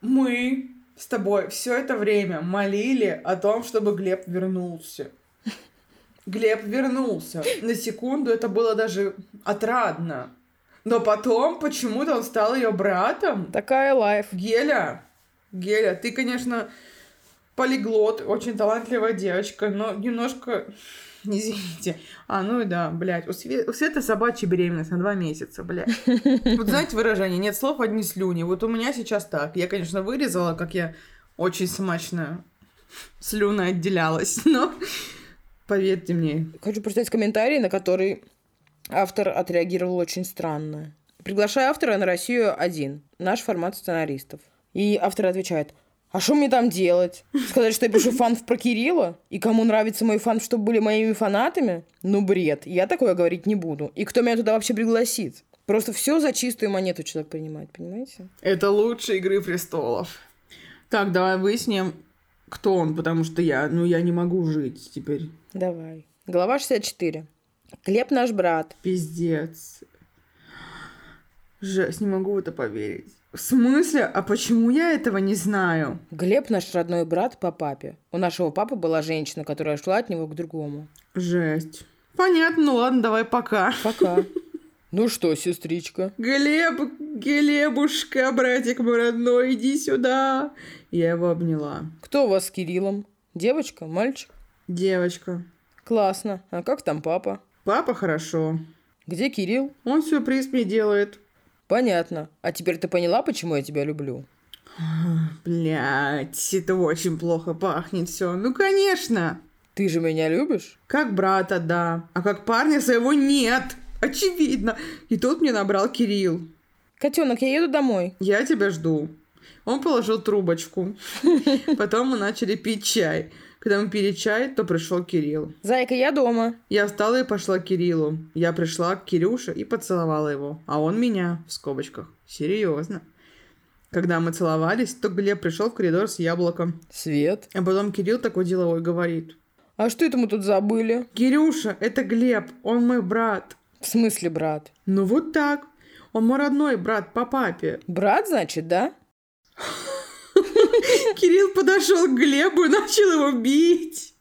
[SPEAKER 1] мы с тобой все это время молили о том, чтобы Глеб вернулся. Глеб вернулся. На секунду это было даже отрадно. Но потом почему-то он стал ее братом.
[SPEAKER 2] Такая лайф.
[SPEAKER 1] Геля, Геля, ты, конечно, полиглот, очень талантливая девочка, но немножко... Извините. А, ну и да, блядь. У, Све- у Светы собачья беременность на два месяца, блядь. Вот знаете выражение «нет слов, одни слюни». Вот у меня сейчас так. Я, конечно, вырезала, как я очень смачно слюна отделялась, но поверьте мне.
[SPEAKER 2] Хочу прочитать комментарий, на который автор отреагировал очень странно. Приглашаю автора на Россию один. Наш формат сценаристов. И автор отвечает, а что мне там делать? Сказать, что я пишу фанф про Кирилла? И кому нравится мой фанф, чтобы были моими фанатами? Ну, бред. Я такое говорить не буду. И кто меня туда вообще пригласит? Просто все за чистую монету человек принимает, понимаете?
[SPEAKER 1] Это лучше «Игры престолов». Так, давай выясним, кто он, потому что я, ну, я не могу жить теперь.
[SPEAKER 2] Давай. Глава 64. Глеб наш брат.
[SPEAKER 1] Пиздец. Жесть, не могу в это поверить. В смысле? А почему я этого не знаю?
[SPEAKER 2] Глеб наш родной брат по папе. У нашего папы была женщина, которая шла от него к другому.
[SPEAKER 1] Жесть. Понятно, ну ладно, давай пока.
[SPEAKER 2] Пока. Ну что, сестричка?
[SPEAKER 1] Глеб, Глебушка, братик мой родной, иди сюда. Я его обняла.
[SPEAKER 2] Кто у вас с Кириллом? Девочка? Мальчик?
[SPEAKER 1] Девочка.
[SPEAKER 2] Классно. А как там папа?
[SPEAKER 1] Папа хорошо.
[SPEAKER 2] Где Кирилл?
[SPEAKER 1] Он сюрприз мне делает.
[SPEAKER 2] Понятно. А теперь ты поняла, почему я тебя люблю?
[SPEAKER 1] Блять, это очень плохо пахнет все. Ну, конечно.
[SPEAKER 2] Ты же меня любишь?
[SPEAKER 1] Как брата, да. А как парня своего нет. Очевидно. И тут мне набрал Кирилл.
[SPEAKER 2] Котенок, я еду домой.
[SPEAKER 1] Я тебя жду. Он положил трубочку. Потом мы начали пить чай. Когда мы пили чай, то пришел Кирилл.
[SPEAKER 2] Зайка, я дома.
[SPEAKER 1] Я встала и пошла к Кириллу. Я пришла к Кирюше и поцеловала его. А он меня, в скобочках. Серьезно. Когда мы целовались, то Глеб пришел в коридор с яблоком.
[SPEAKER 2] Свет.
[SPEAKER 1] А потом Кирилл такой деловой говорит.
[SPEAKER 2] А что это мы тут забыли?
[SPEAKER 1] Кирюша, это Глеб, он мой брат.
[SPEAKER 2] В смысле, брат?
[SPEAKER 1] Ну вот так. Он мой родной брат по папе.
[SPEAKER 2] Брат, значит, да?
[SPEAKER 1] Кирилл подошел к Глебу и начал его бить.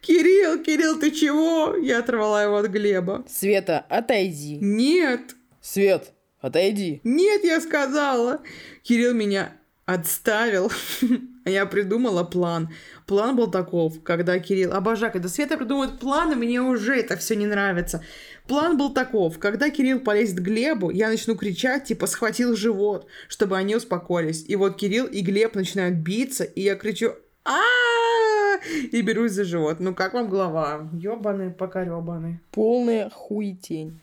[SPEAKER 1] Кирилл, Кирилл, ты чего? Я оторвала его от Глеба.
[SPEAKER 2] Света, отойди.
[SPEAKER 1] Нет,
[SPEAKER 2] Свет, отойди.
[SPEAKER 1] нет, я сказала. Кирилл меня отставил. А Я придумала план. План был таков, когда Кирилл... Обожаю, когда Света придумывает планы, мне уже это все не нравится. План был таков, когда Кирилл полезет к Глебу, я начну кричать, типа, схватил живот, чтобы они успокоились. И вот Кирилл и Глеб начинают биться, и я кричу а и берусь за живот. Ну как вам голова? Ёбаный, покорёбаный.
[SPEAKER 2] Полная хуетень.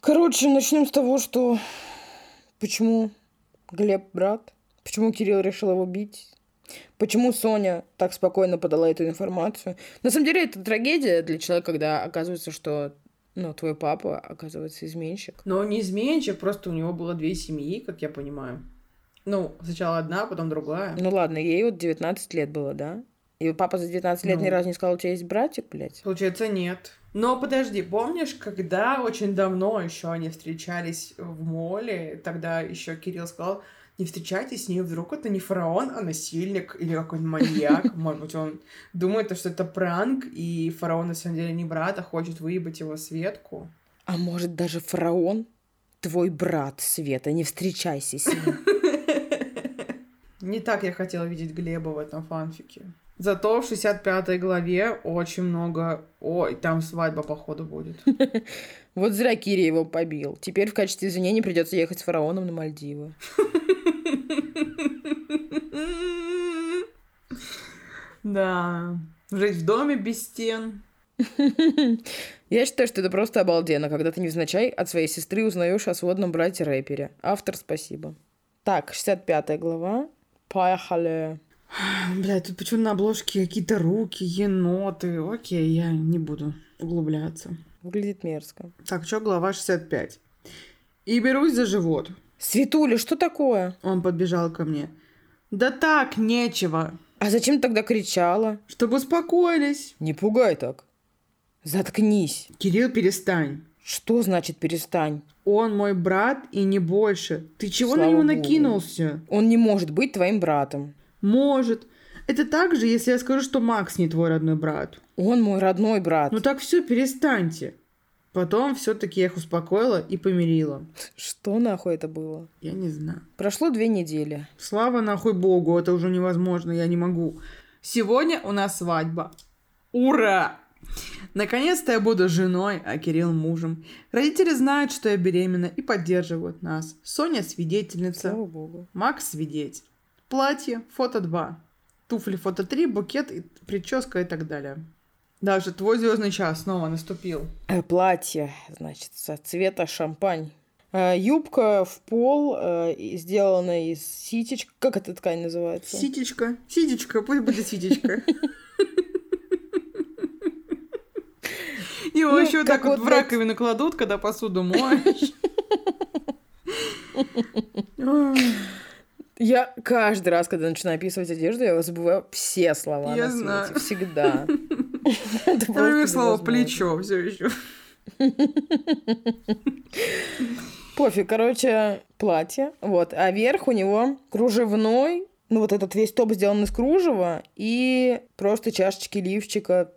[SPEAKER 2] Короче, начнем с того, что почему Глеб брат, почему Кирилл решил его бить, почему Соня так спокойно подала эту информацию. На самом деле это трагедия для человека, когда оказывается, что ну, твой папа оказывается изменщик.
[SPEAKER 1] Но он не изменчив, просто у него было две семьи, как я понимаю. Ну, сначала одна, потом другая.
[SPEAKER 2] Ну ладно, ей вот 19 лет было, да? И папа за 19 лет
[SPEAKER 1] Ну.
[SPEAKER 2] ни разу не сказал, у тебя есть братик, блядь?
[SPEAKER 1] Получается, нет. Но подожди, помнишь, когда очень давно еще они встречались в моле, тогда еще Кирилл сказал, не встречайтесь с ней, вдруг это не фараон, а насильник или какой-нибудь маньяк. Может быть, он думает, что это пранк, и фараон на самом деле не брат, а хочет выебать его Светку.
[SPEAKER 2] А может, даже фараон? Твой брат, Света, не встречайся с ним.
[SPEAKER 1] Не так я хотела видеть Глеба в этом фанфике. Зато в 65 главе очень много... Ой, там свадьба, походу, будет.
[SPEAKER 2] Вот зря Кири его побил. Теперь в качестве извинений придется ехать с фараоном на Мальдивы.
[SPEAKER 1] Да. Жить в доме без стен.
[SPEAKER 2] Я считаю, что это просто обалденно, когда ты невзначай от своей сестры узнаешь о сводном брате-рэпере. Автор, спасибо. Так, 65 глава. Поехали.
[SPEAKER 1] Бля, тут почему на обложке какие-то руки, еноты. Окей, я не буду углубляться.
[SPEAKER 2] Выглядит мерзко.
[SPEAKER 1] Так, что глава 65? И берусь за живот.
[SPEAKER 2] Светуля, что такое?
[SPEAKER 1] Он подбежал ко мне. Да так, нечего.
[SPEAKER 2] А зачем ты тогда кричала?
[SPEAKER 1] Чтобы успокоились.
[SPEAKER 2] Не пугай так. Заткнись.
[SPEAKER 1] Кирилл, перестань.
[SPEAKER 2] Что значит перестань?
[SPEAKER 1] Он мой брат и не больше. Ты чего
[SPEAKER 2] Слава
[SPEAKER 1] на него
[SPEAKER 2] богу.
[SPEAKER 1] накинулся?
[SPEAKER 2] Он не может быть твоим братом.
[SPEAKER 1] Может. Это так же, если я скажу, что Макс не твой родной брат.
[SPEAKER 2] Он мой родной брат.
[SPEAKER 1] Ну так все, перестаньте. Потом все-таки я их успокоила и помирила.
[SPEAKER 2] Что нахуй это было?
[SPEAKER 1] Я не знаю.
[SPEAKER 2] Прошло две недели.
[SPEAKER 1] Слава нахуй богу, это уже невозможно, я не могу. Сегодня у нас свадьба. Ура! Наконец-то я буду женой, а Кирилл мужем. Родители знают, что я беременна и поддерживают нас. Соня свидетельница,
[SPEAKER 2] Слава богу.
[SPEAKER 1] Макс свидетель. Платье, фото 2. Туфли фото 3, букет, и прическа и так далее. Даже твой звездный час снова наступил.
[SPEAKER 2] Э, Платье, значит, со цвета шампань. Э, Юбка в пол, э, и сделана из ситечек. Как эта ткань называется?
[SPEAKER 1] Ситечка. Ситечка, пусть будет ситечка. Его
[SPEAKER 2] Ну,
[SPEAKER 1] еще так
[SPEAKER 2] как
[SPEAKER 1] вот
[SPEAKER 2] вот
[SPEAKER 1] в
[SPEAKER 2] это.
[SPEAKER 1] раковину кладут, когда посуду моешь. Ой,
[SPEAKER 2] Я каждый раз, когда начинаю описывать одежду, я забываю все слова
[SPEAKER 1] Я
[SPEAKER 2] на свете.
[SPEAKER 1] знаю.
[SPEAKER 2] Всегда.
[SPEAKER 1] Например,
[SPEAKER 2] Это просто
[SPEAKER 1] слово
[SPEAKER 2] невозможно.
[SPEAKER 1] плечо все еще.
[SPEAKER 2] Пофиг, короче, платье. Вот. А верх у него кружевной. Ну, вот этот весь топ сделан из кружева. И просто чашечки лифчика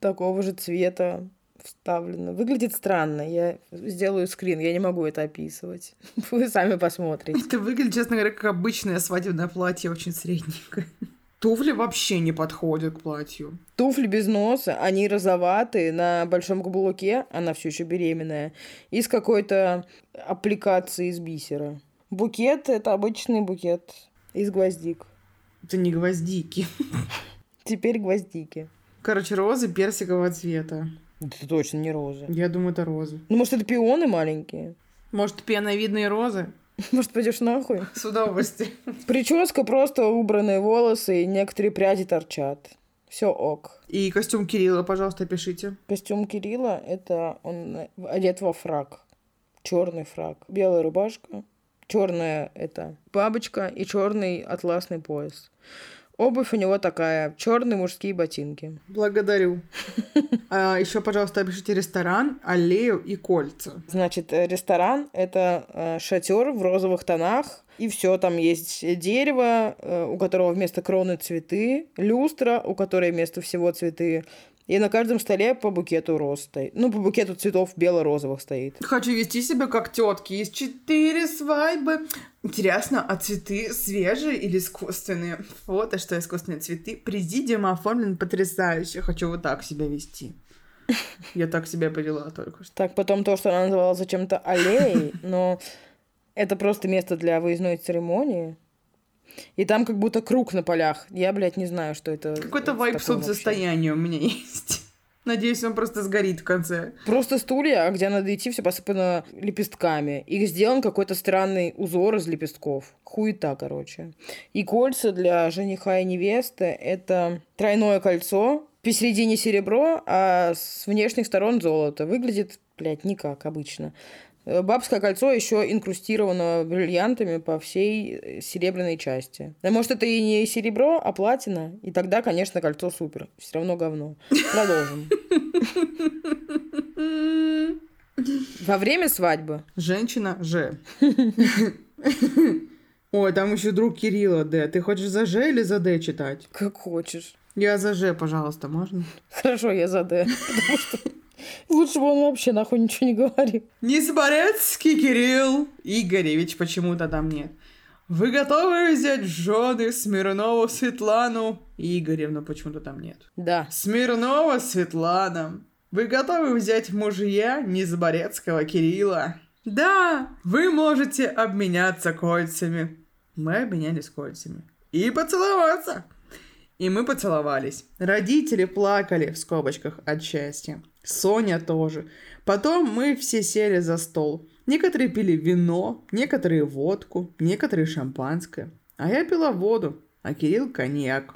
[SPEAKER 2] такого же цвета вставлено. Выглядит странно. Я сделаю скрин. Я не могу это описывать. Вы сами посмотрите.
[SPEAKER 1] Это выглядит, честно говоря, как обычное свадебное платье, очень средненькое. Туфли вообще не подходят к платью.
[SPEAKER 2] Туфли без носа, они розоватые, на большом каблуке, она все еще беременная, из какой-то аппликации из бисера. Букет — это обычный букет из гвоздик.
[SPEAKER 1] Это не гвоздики.
[SPEAKER 2] Теперь гвоздики.
[SPEAKER 1] Короче, розы персикового цвета.
[SPEAKER 2] Это точно не розы.
[SPEAKER 1] Я думаю, это розы.
[SPEAKER 2] Ну, может, это пионы маленькие?
[SPEAKER 1] Может, пеновидные розы?
[SPEAKER 2] Может, пойдешь нахуй?
[SPEAKER 1] С удовольствием.
[SPEAKER 2] Прическа просто убранные волосы, и некоторые пряди торчат. Все ок.
[SPEAKER 1] И костюм Кирилла, пожалуйста, пишите.
[SPEAKER 2] Костюм Кирилла — это он одет во фраг. Черный фраг. Белая рубашка. Черная это бабочка и черный атласный пояс. Обувь у него такая. Черные мужские ботинки.
[SPEAKER 1] Благодарю. А еще, пожалуйста, опишите ресторан, аллею и кольца.
[SPEAKER 2] Значит, э, ресторан — это шатер в розовых тонах. И все, там есть дерево, э, у которого вместо кроны цветы, люстра, у которой вместо всего цветы. И на каждом столе по букету роз стоит. Ну, по букету цветов бело-розовых стоит.
[SPEAKER 1] Хочу вести себя как тетки. Есть четыре свадьбы. Интересно, а цветы свежие или искусственные? Фото, что искусственные цветы. Президиум оформлен потрясающе. Хочу вот так себя вести. Я так себя повела только что.
[SPEAKER 2] Так, потом то, что она называла зачем-то аллеей, но это просто место для выездной церемонии. И там как будто круг на полях. Я, блядь, не знаю, что это.
[SPEAKER 1] Какой-то
[SPEAKER 2] такое
[SPEAKER 1] вайп
[SPEAKER 2] вообще.
[SPEAKER 1] состояния у меня есть. Надеюсь, он просто сгорит в конце.
[SPEAKER 2] Просто стулья, где надо идти, все посыпано лепестками. И сделан какой-то странный узор из лепестков. Хуета, короче. И кольца для жениха и невесты — это тройное кольцо, посередине серебро, а с внешних сторон золото. Выглядит, блядь, не как обычно. Э, Бабское кольцо еще инкрустировано бриллиантами по всей э, серебряной части. Да, может, это и не серебро, а платина. И тогда, конечно, кольцо супер. Все равно говно. Продолжим.
[SPEAKER 1] М-м-м.
[SPEAKER 2] Во время свадьбы.
[SPEAKER 1] Женщина Ж. Ой, там еще друг Кирилла Д. Ты хочешь за Ж или за Д читать?
[SPEAKER 2] Как хочешь.
[SPEAKER 1] Я за Ж, пожалуйста, можно?
[SPEAKER 2] Хорошо, я за Д. потому что Лучше бы он вообще нахуй ничего не говорил.
[SPEAKER 1] Несборецкий Кирилл Игоревич почему-то там нет. Вы готовы взять в жены Смирнову Светлану? Игоревну почему-то там нет.
[SPEAKER 2] Да.
[SPEAKER 1] Смирнова Светлана, вы готовы взять в мужья Низборецкого Кирилла? Да, вы можете обменяться кольцами. Мы обменялись кольцами. И поцеловаться. И мы поцеловались. Родители плакали, в скобочках, от счастья. Соня тоже. Потом мы все сели за стол. Некоторые пили вино, некоторые водку, некоторые шампанское. А я пила воду, а Кирилл коньяк.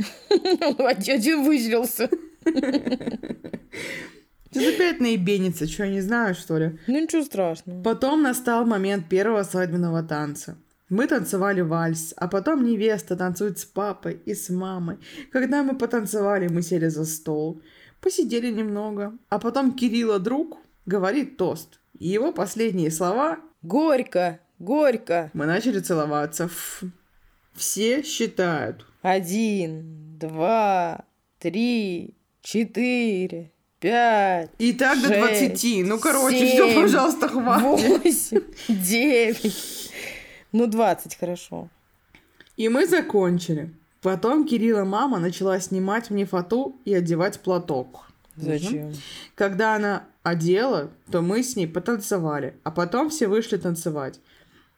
[SPEAKER 2] Один выделился.
[SPEAKER 1] Ты опять наебенится, что, не знаю, что ли?
[SPEAKER 2] Ну ничего страшного.
[SPEAKER 1] Потом настал момент первого свадебного танца. Мы танцевали вальс, а потом невеста танцует с папой и с мамой. Когда мы потанцевали, мы сели за стол, посидели немного. А потом Кирилла друг говорит тост. И его последние слова
[SPEAKER 2] Горько, горько.
[SPEAKER 1] мы начали целоваться. Ф. Все считают.
[SPEAKER 2] Один, два, три, четыре, пять,
[SPEAKER 1] И так до
[SPEAKER 2] Шесть,
[SPEAKER 1] 20. Ну, короче,
[SPEAKER 2] семь,
[SPEAKER 1] все, пожалуйста, хватит.
[SPEAKER 2] восемь, девять. Ну, двадцать, хорошо.
[SPEAKER 1] И мы закончили. Потом Кирилла мама начала снимать мне фату и одевать платок.
[SPEAKER 2] Зачем?
[SPEAKER 1] Когда она одела, то мы с ней потанцевали, а потом все вышли танцевать.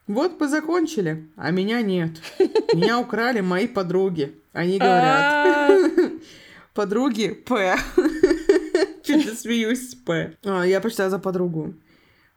[SPEAKER 1] Вот позакончили, а меня нет. Меня украли мои подруги. Они
[SPEAKER 2] А.
[SPEAKER 1] говорят. Подруги П. Чуть не смеюсь, П. А, Я прочитала за подругу.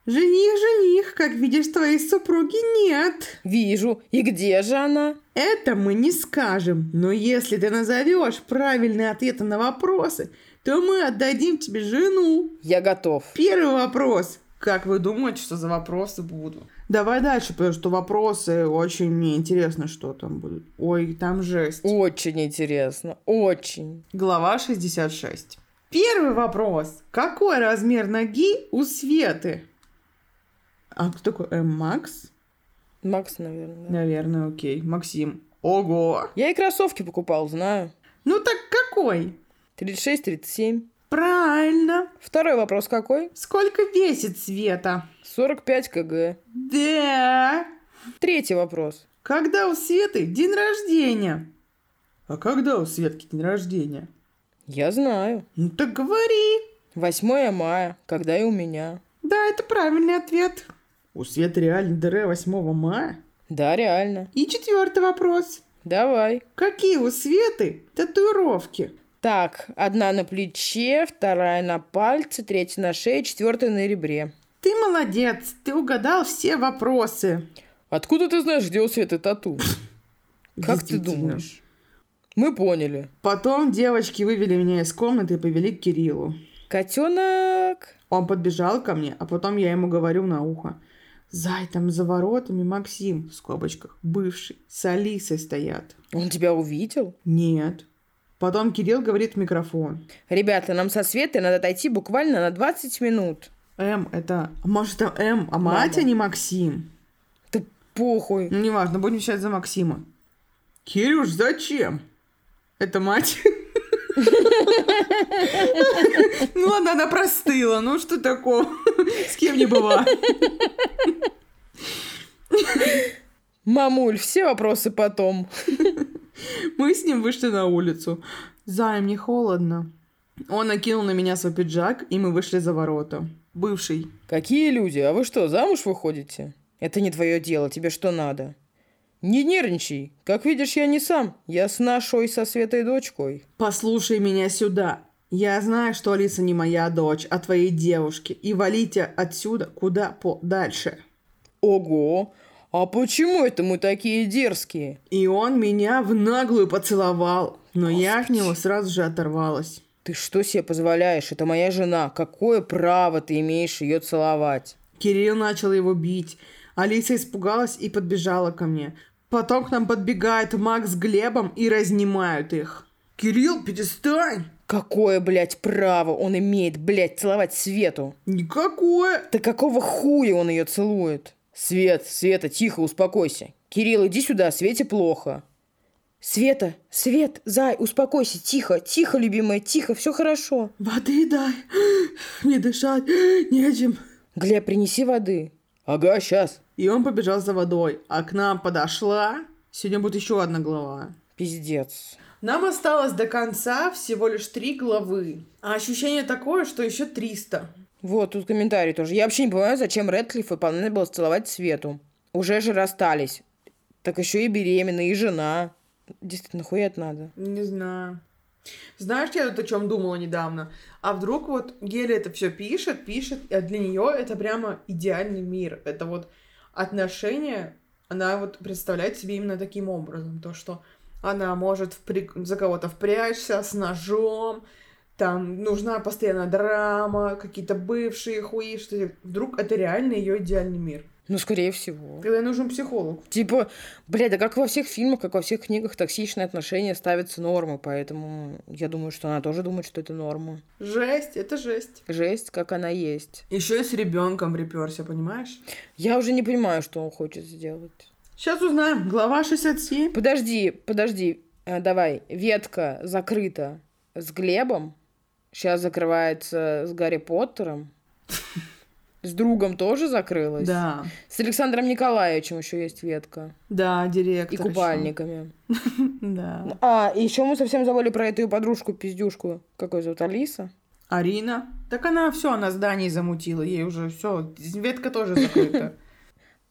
[SPEAKER 1] Жених, жених, как видишь, твоей супруги нет.
[SPEAKER 2] Вижу. И где же она?
[SPEAKER 1] Это мы не скажем, но если ты назовешь правильные ответы на вопросы, то мы отдадим тебе жену.
[SPEAKER 2] Я готов.
[SPEAKER 1] Первый вопрос. Как вы думаете, что за вопросы будут? Давай дальше, потому что вопросы очень мне интересно, что там будет. Ой, там жесть.
[SPEAKER 2] Очень интересно. Очень.
[SPEAKER 1] Глава 66. Первый вопрос. Какой размер ноги у Светы? А кто такой? М. Макс?
[SPEAKER 2] Макс, наверное. да.
[SPEAKER 1] Наверное, окей. Максим. Ого!
[SPEAKER 2] Я и кроссовки покупал, знаю.
[SPEAKER 1] Ну так какой?
[SPEAKER 2] 36-37.
[SPEAKER 1] Правильно.
[SPEAKER 2] Второй вопрос какой?
[SPEAKER 1] Сколько весит Света?
[SPEAKER 2] 45 кг.
[SPEAKER 1] Да.
[SPEAKER 2] Третий вопрос.
[SPEAKER 1] Когда у Светы день рождения? А когда у Светки день рождения?
[SPEAKER 2] Я знаю.
[SPEAKER 1] Ну так говори.
[SPEAKER 2] 8 мая, когда и у меня.
[SPEAKER 1] Да, это правильный ответ. У Светы реально ДР 8 мая?
[SPEAKER 2] Да, реально.
[SPEAKER 1] И четвертый вопрос.
[SPEAKER 2] Давай.
[SPEAKER 1] Какие у Светы татуировки?
[SPEAKER 2] Так, одна на плече, вторая на пальце, третья на шее, четвертая на ребре.
[SPEAKER 1] Ты молодец, ты угадал все вопросы.
[SPEAKER 2] Откуда ты знаешь, где у Светы тату? Как ты
[SPEAKER 1] Действительно.
[SPEAKER 2] думаешь? Мы поняли.
[SPEAKER 1] Потом девочки вывели меня из комнаты и повели к Кириллу.
[SPEAKER 2] Котенок.
[SPEAKER 1] Он подбежал ко мне, а потом я ему говорю на ухо. Зай, там за воротами Максим, в скобочках, бывший, с Алисой стоят.
[SPEAKER 2] Он тебя увидел?
[SPEAKER 1] Нет. Потом Кирилл говорит в микрофон.
[SPEAKER 2] Ребята, нам со Светой надо отойти буквально на 20 минут.
[SPEAKER 1] М, это... а Может, это М, а мать,
[SPEAKER 2] Мама.
[SPEAKER 1] а не Максим?
[SPEAKER 2] Ты похуй.
[SPEAKER 1] Ну, неважно, будем считать за Максима. Кирюш, зачем? Это мать. Ну ладно, она простыла, ну что такого? С кем не бывает.
[SPEAKER 2] Мамуль, все вопросы потом.
[SPEAKER 1] Мы с ним вышли на улицу. Зай, мне холодно. Он накинул на меня свой пиджак, и мы вышли за ворота. Бывший.
[SPEAKER 2] Какие люди? А вы что, замуж выходите? Это не твое дело, тебе что надо? Не нервничай. Как видишь, я не сам. Я с нашей со Светой дочкой.
[SPEAKER 1] Послушай меня сюда. Я знаю, что Алиса не моя дочь, а твоей девушки. И валите отсюда куда подальше.
[SPEAKER 2] Ого! А почему это мы такие дерзкие?
[SPEAKER 1] И он меня в наглую поцеловал. Но я от
[SPEAKER 2] Господи.
[SPEAKER 1] него сразу же оторвалась.
[SPEAKER 2] Ты что себе позволяешь? Это моя жена. Какое право ты имеешь ее целовать?
[SPEAKER 1] Кирилл начал его бить. Алиса испугалась и подбежала ко мне. Потом к нам подбегает Макс с Глебом и разнимают их. «Кирилл, перестань!»
[SPEAKER 2] Какое, блядь, право он имеет, блядь, целовать Свету?
[SPEAKER 1] «Никакое!»
[SPEAKER 2] Да какого хуя он ее целует? Свет, Света, тихо, успокойся. Кирилл, иди сюда, Свете плохо. Света, Свет, Зай, успокойся, тихо, тихо, любимая, тихо, все хорошо.
[SPEAKER 1] «Воды дай! Не дышать! Нечем!»
[SPEAKER 2] Глеб, принеси воды. Ага, сейчас.
[SPEAKER 1] И он побежал за водой. А к нам подошла... Сегодня будет еще одна глава.
[SPEAKER 2] Пиздец.
[SPEAKER 1] Нам осталось до конца всего лишь три главы. А ощущение такое, что еще 300.
[SPEAKER 2] Вот, тут комментарий тоже. Я вообще не понимаю, зачем Рэдклиффу понадобилось целовать Свету. Уже же расстались. Так еще и беременна, и жена. Действительно, хуя это надо.
[SPEAKER 1] Не знаю. Знаешь, я тут о чем думала недавно? А вдруг вот Геля это все пишет, пишет, а для нее это прямо идеальный мир. Это вот отношения, она вот представляет себе именно таким образом, то, что она может впря- за кого-то впрячься с ножом, там нужна постоянная драма, какие-то бывшие хуи, что вдруг это реально ее идеальный мир.
[SPEAKER 2] Ну, скорее всего.
[SPEAKER 1] Когда ей нужен психолог.
[SPEAKER 2] Типа, блядь, да как во всех фильмах, как во всех книгах, токсичные отношения ставятся нормой, поэтому я думаю, что она тоже думает, что это норма.
[SPEAKER 1] Жесть, это жесть.
[SPEAKER 2] Жесть, как она есть.
[SPEAKER 1] Еще и с ребенком приперся, понимаешь?
[SPEAKER 2] Я уже не понимаю, что он хочет сделать.
[SPEAKER 1] Сейчас узнаем. Глава 67.
[SPEAKER 2] Подожди, подожди, А, давай. Ветка закрыта с Глебом, сейчас закрывается с Гарри Поттером. С другом тоже закрылась.
[SPEAKER 1] Да,
[SPEAKER 2] С Александром Николаевичем еще есть ветка.
[SPEAKER 1] да, директор.
[SPEAKER 2] И
[SPEAKER 1] ещё.
[SPEAKER 2] купальниками.
[SPEAKER 1] Да.
[SPEAKER 2] А, и еще мы совсем забыли про эту её подружку, пиздюшку. Как ее зовут? Алиса?
[SPEAKER 1] Арина. Так она все, она здание замутила, ей уже все, ветка тоже закрыта.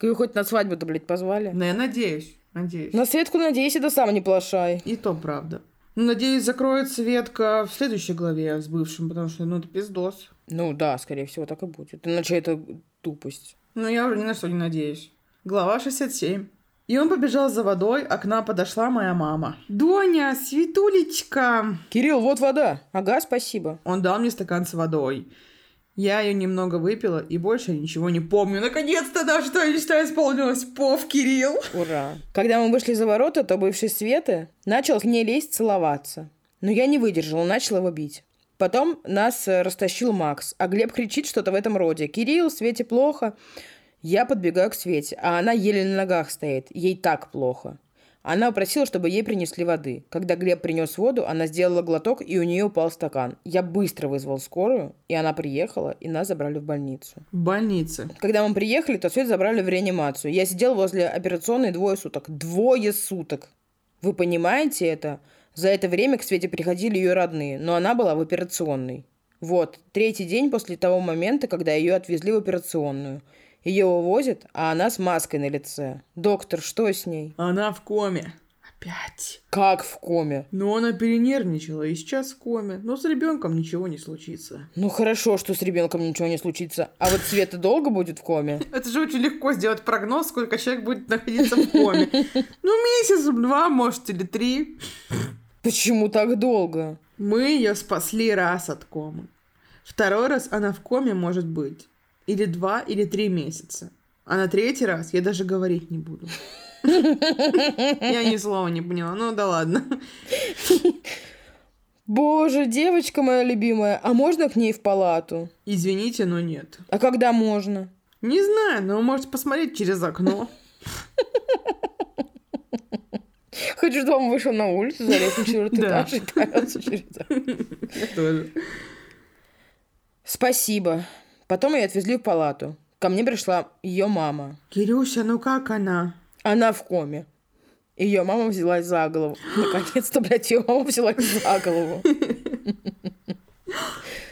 [SPEAKER 2] Ее хоть на свадьбу-то, блядь, позвали.
[SPEAKER 1] Но я надеюсь, надеюсь.
[SPEAKER 2] На Светку надейся, да сам не плашай.
[SPEAKER 1] И то правда. Ну, Надеюсь, закроется ветка в следующей главе с бывшим, потому что, ну, это пиздос.
[SPEAKER 2] Ну да, скорее всего, так и будет. Иначе это тупость.
[SPEAKER 1] Но Ну, я уже ни на что не надеюсь. Глава 67. И он побежал за водой, а к нам подошла моя мама. «Доня, светулечка!»
[SPEAKER 2] Кирилл, вот вода. Ага, спасибо.
[SPEAKER 1] Он дал мне стакан с водой. Я ее немного выпила и больше ничего не помню. Наконец-то даже твоя мечта исполнилась. Пов, Кирилл.
[SPEAKER 2] Ура. Когда мы вышли за ворота, то бывший Светы начал к ней лезть целоваться. Но я не выдержала, начала его бить. Потом нас э, растащил Макс, а Глеб кричит что-то в этом роде. «Кирилл, Свете плохо». Я подбегаю к Свете, а она еле на ногах стоит. Ей так плохо. Она попросила, чтобы ей принесли воды. Когда Глеб принес воду, она сделала глоток, и у нее упал стакан. Я быстро вызвал скорую, и она приехала, и нас забрали в больницу.
[SPEAKER 1] В больнице.
[SPEAKER 2] Когда мы приехали, то Свет забрали в реанимацию. Я сидел возле операционной двое суток. Двое суток. Вы понимаете это? За это время к Свете приходили ее родные, но она была в операционной. Вот, третий день после того момента, когда ее отвезли в операционную. Ее увозят, а она с маской на лице. Доктор, что с ней?
[SPEAKER 1] Она в коме. Опять.
[SPEAKER 2] Как в коме?
[SPEAKER 1] Но она перенервничала и сейчас в коме. Но с ребенком ничего не случится.
[SPEAKER 2] Ну хорошо, что с ребенком ничего не случится. А вот Света долго будет в коме?
[SPEAKER 1] Это же очень легко сделать прогноз, сколько человек будет находиться в коме. Ну, месяц, два, может, или три.
[SPEAKER 2] Почему так долго?
[SPEAKER 1] Мы ее спасли раз от комы. Второй раз она в коме может быть. Или два, или три месяца. А на третий раз я даже говорить не буду. Я ни слова не поняла. Ну да ладно.
[SPEAKER 2] Боже, девочка моя любимая, а можно к ней в палату?
[SPEAKER 1] Извините, но нет.
[SPEAKER 2] А когда можно?
[SPEAKER 1] Не знаю, но вы можете посмотреть через окно.
[SPEAKER 2] Хочешь, дом вышел на улицу, залез на четвертый
[SPEAKER 1] Да.
[SPEAKER 2] этаж и каялся через окно.
[SPEAKER 1] Тоже.
[SPEAKER 2] Спасибо. Потом ее отвезли в палату. Ко мне пришла ее мама.
[SPEAKER 1] Кирюся, ну как она?
[SPEAKER 2] Она в коме. Ее мама взялась за голову. Наконец-то, блядь, ее мама взялась за голову.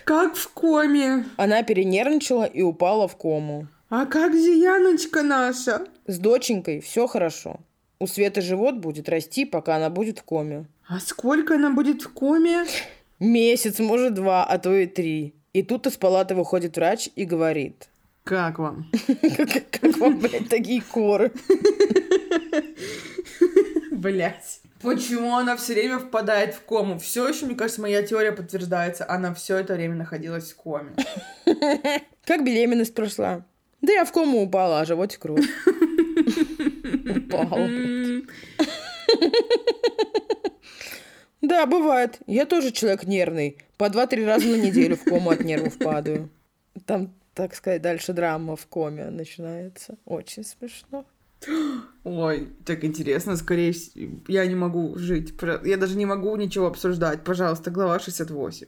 [SPEAKER 1] Как в коме?
[SPEAKER 2] Она перенервничала и упала в кому.
[SPEAKER 1] А как Зияночка наша?
[SPEAKER 2] С доченькой все хорошо. У Светы живот будет расти, пока она будет в коме.
[SPEAKER 1] А сколько она будет в коме?
[SPEAKER 2] Месяц, может, два, а то и три. И тут из палаты выходит врач и говорит.
[SPEAKER 1] Как вам?
[SPEAKER 2] Как как вам, блядь, такие коры?
[SPEAKER 1] Блять. Почему она все время впадает в кому? Все еще, мне кажется, моя теория подтверждается. Она все это время находилась в коме.
[SPEAKER 2] Как беременность прошла? Да я в кому упала, а животик рвут. Упал.
[SPEAKER 1] М,
[SPEAKER 2] Да, бывает. Я тоже человек нервный. По два-три раза на неделю в кому от нервов падаю. Там, так сказать, дальше драма в коме начинается. Очень смешно.
[SPEAKER 1] Ой, так интересно, скорее всего, я не могу жить. Про- Я даже не могу ничего обсуждать. Пожалуйста, глава 68.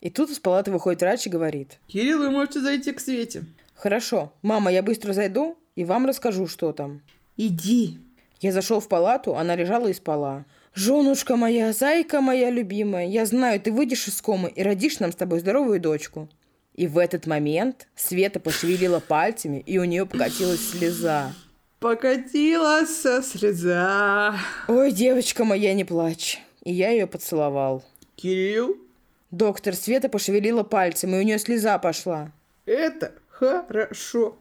[SPEAKER 2] И тут из палаты выходит врач и говорит.
[SPEAKER 1] Кирилл, вы можете зайти к Свете.
[SPEAKER 2] Хорошо, мама, я быстро зайду и вам расскажу, что там.
[SPEAKER 1] Иди.
[SPEAKER 2] Я зашел в палату, она лежала и спала. Женушка моя, зайка моя любимая, я знаю, ты выйдешь из комы и родишь нам с тобой здоровую дочку. И в этот момент Света пошевелила пальцами, и у нее покатилась слеза.
[SPEAKER 1] Покатилась со слеза.
[SPEAKER 2] Ой, девочка моя, не плачь. И я ее поцеловал.
[SPEAKER 1] Кирилл,
[SPEAKER 2] Доктор Света пошевелила пальцем, и у нее слеза пошла.
[SPEAKER 1] это хорошо.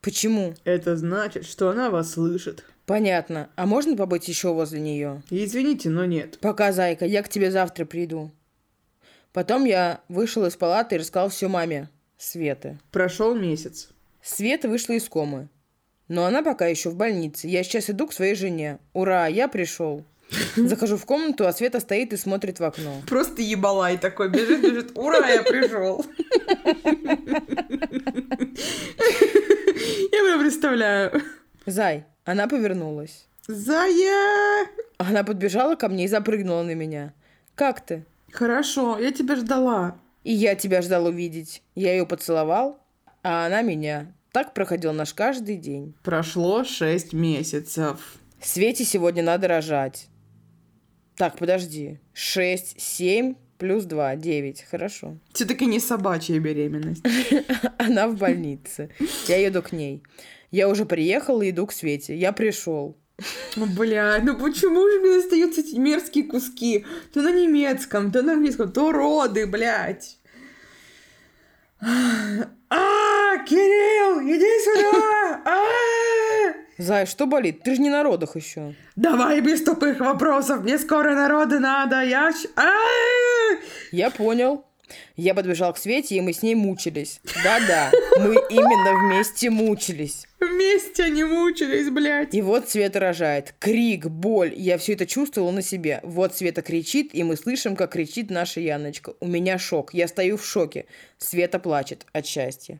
[SPEAKER 2] Почему?
[SPEAKER 1] Это значит, что она вас слышит.
[SPEAKER 2] Понятно. А можно побыть еще возле нее?
[SPEAKER 1] Извините, но нет.
[SPEAKER 2] Пока, зайка, я к тебе завтра приду. Потом я вышел из палаты и рассказал все маме, Светы.
[SPEAKER 1] Прошел месяц.
[SPEAKER 2] Света вышла из комы. Но она пока еще в больнице. Я сейчас иду к своей жене. Ура, я пришел. Захожу в комнату, а Света стоит и смотрит в окно.
[SPEAKER 1] Просто ебалай такой, бежит, бежит, ура, я пришел. Я прям представляю.
[SPEAKER 2] Зай, она повернулась.
[SPEAKER 1] Зая!
[SPEAKER 2] Она подбежала ко мне и запрыгнула на меня. Как ты?
[SPEAKER 1] Хорошо, я тебя ждала.
[SPEAKER 2] И я тебя ждал увидеть. Я ее поцеловал, а она меня. Так проходил наш каждый день.
[SPEAKER 1] Прошло шесть месяцев.
[SPEAKER 2] Свете сегодня надо рожать. Так, подожди. 6, 7 плюс 2, 9. Хорошо.
[SPEAKER 1] Все-таки не собачья беременность.
[SPEAKER 2] Она в больнице. Я еду к ней. Я уже приехала и иду к Свете. Я пришел.
[SPEAKER 1] Ну, Бля, ну почему же мне остаются эти мерзкие куски? То на немецком, то на английском, то роды, блядь. А, Кирилл, иди сюда! А!
[SPEAKER 2] Зай, что болит? Ты же не на родах еще.
[SPEAKER 1] Давай без тупых вопросов, мне скоро народы надо, я... щ- А!
[SPEAKER 2] Я понял. Я подбежал к Свете, и мы с ней мучились. Да-да, мы именно вместе мучились.
[SPEAKER 1] Вместе они мучились, блядь.
[SPEAKER 2] И вот Света рожает. Крик, боль. Я все это чувствовала на себе. Вот Света кричит, и мы слышим, как кричит наша Яночка. У меня шок. Я стою в шоке. Света плачет от счастья.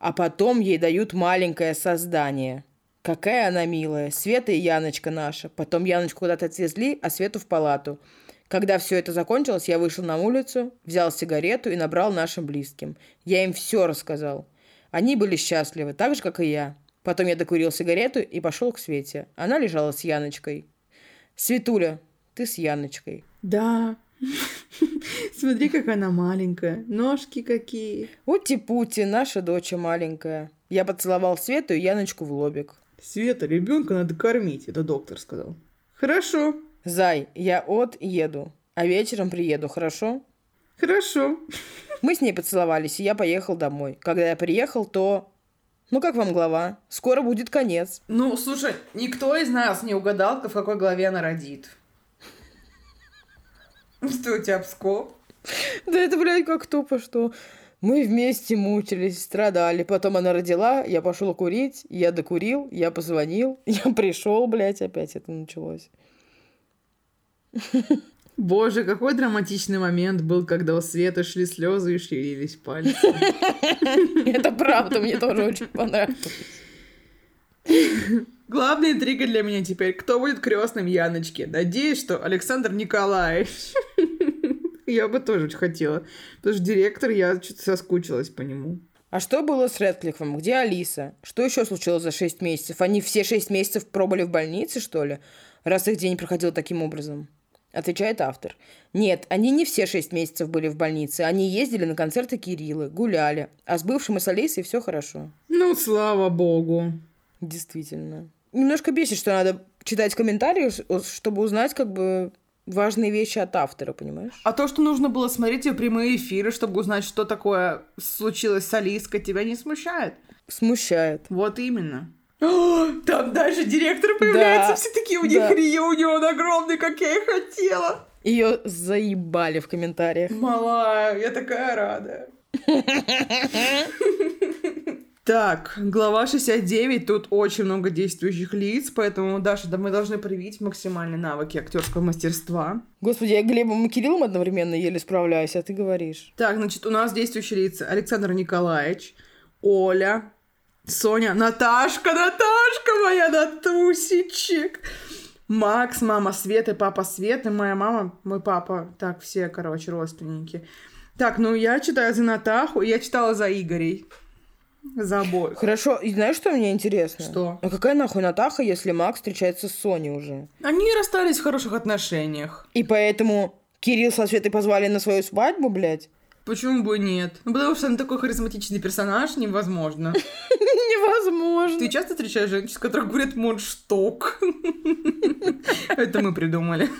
[SPEAKER 2] А потом ей дают маленькое создание. Какая она милая. Света и Яночка наша. Потом Яночку куда-то отвезли, а Свету в палату. Когда все это закончилось, я вышел на улицу, взял сигарету и набрал нашим близким. Я им все рассказал. Они были счастливы, так же, как и я. Потом я докурил сигарету и пошел к Свете. Она лежала с Яночкой. «Светуля, ты с Яночкой».
[SPEAKER 1] Да. Смотри, как она маленькая. Ножки какие.
[SPEAKER 2] Ути-пути, наша доча маленькая. Я поцеловал Свету и Яночку в лобик.
[SPEAKER 1] Света, ребенка надо кормить, это доктор сказал. Хорошо,
[SPEAKER 2] Зай, я от еду, а вечером приеду, хорошо?
[SPEAKER 1] хорошо.
[SPEAKER 2] Мы с ней поцеловались, и я поехал домой. Когда я приехал, то... Ну, как вам глава? Скоро будет конец.
[SPEAKER 1] Ну, слушай, никто из нас не угадал, в какой главе она родит. Что у тебя, Псков?
[SPEAKER 2] Да это, блядь, как тупо, что мы вместе мучились, страдали. Потом она родила, я пошел курить, я докурил, я позвонил, я пришел, блядь, опять это началось.
[SPEAKER 1] Боже, какой драматичный момент был, когда у Светы шли слезы и шевелились пальцы.
[SPEAKER 2] Это правда, мне тоже очень понравилось.
[SPEAKER 1] Главная интрига для меня теперь, кто будет крестным Яночки? Надеюсь, что Александр Николаевич. Я бы тоже очень хотела, потому что директор, я что-то соскучилась по нему.
[SPEAKER 2] А что было с Редклиффом? Где Алиса? Что еще случилось за шесть месяцев? Они все шесть месяцев пробыли в больнице, что ли? Раз их день проходил таким образом. Отвечает автор. Нет, они не все шесть месяцев были в больнице. Они ездили на концерты Кириллы, гуляли. А с бывшим и с Алисой все хорошо.
[SPEAKER 1] Ну, слава богу.
[SPEAKER 2] Действительно. Немножко бесит, что надо читать комментарии, с- о- чтобы узнать как бы важные вещи от автора, понимаешь?
[SPEAKER 1] А то, что нужно было смотреть ее прямые эфиры, чтобы узнать, что такое случилось с Алиской, тебя не смущает?
[SPEAKER 2] Смущает.
[SPEAKER 1] Вот именно. Там даже директор появляется,
[SPEAKER 2] Да,
[SPEAKER 1] все такие, у них
[SPEAKER 2] да.
[SPEAKER 1] реюнион он огромный, как я и хотела.
[SPEAKER 2] Ее заебали в комментариях.
[SPEAKER 1] Малая, я такая рада. Так, глава 69, тут очень много действующих лиц, поэтому, Даша, да мы должны проявить максимальные навыки актерского мастерства.
[SPEAKER 2] Господи, я Глебом и Кириллом одновременно еле справляюсь, а ты говоришь.
[SPEAKER 1] Так, значит, у нас действующие лица Александр Николаевич, Оля, Соня, Наташка, Наташка моя, Натусичек, Макс, мама Светы, папа Светы, моя мама, мой папа, так, все, короче, родственники. Так, ну я читаю за Натаху, я читала за Игорей. За обоих.
[SPEAKER 2] Хорошо, и знаешь, что мне интересно?
[SPEAKER 1] Что?
[SPEAKER 2] А какая нахуй Натаха, если Макс встречается с Соней уже?
[SPEAKER 1] Они расстались в хороших отношениях.
[SPEAKER 2] И поэтому Кирилл со Светой позвали на свою свадьбу, блядь?
[SPEAKER 1] Почему бы и нет? Ну, потому что он такой харизматичный персонаж, невозможно.
[SPEAKER 2] Невозможно.
[SPEAKER 1] Ты часто встречаешь женщин, с которых говорят «мундштук»? Это мы придумали.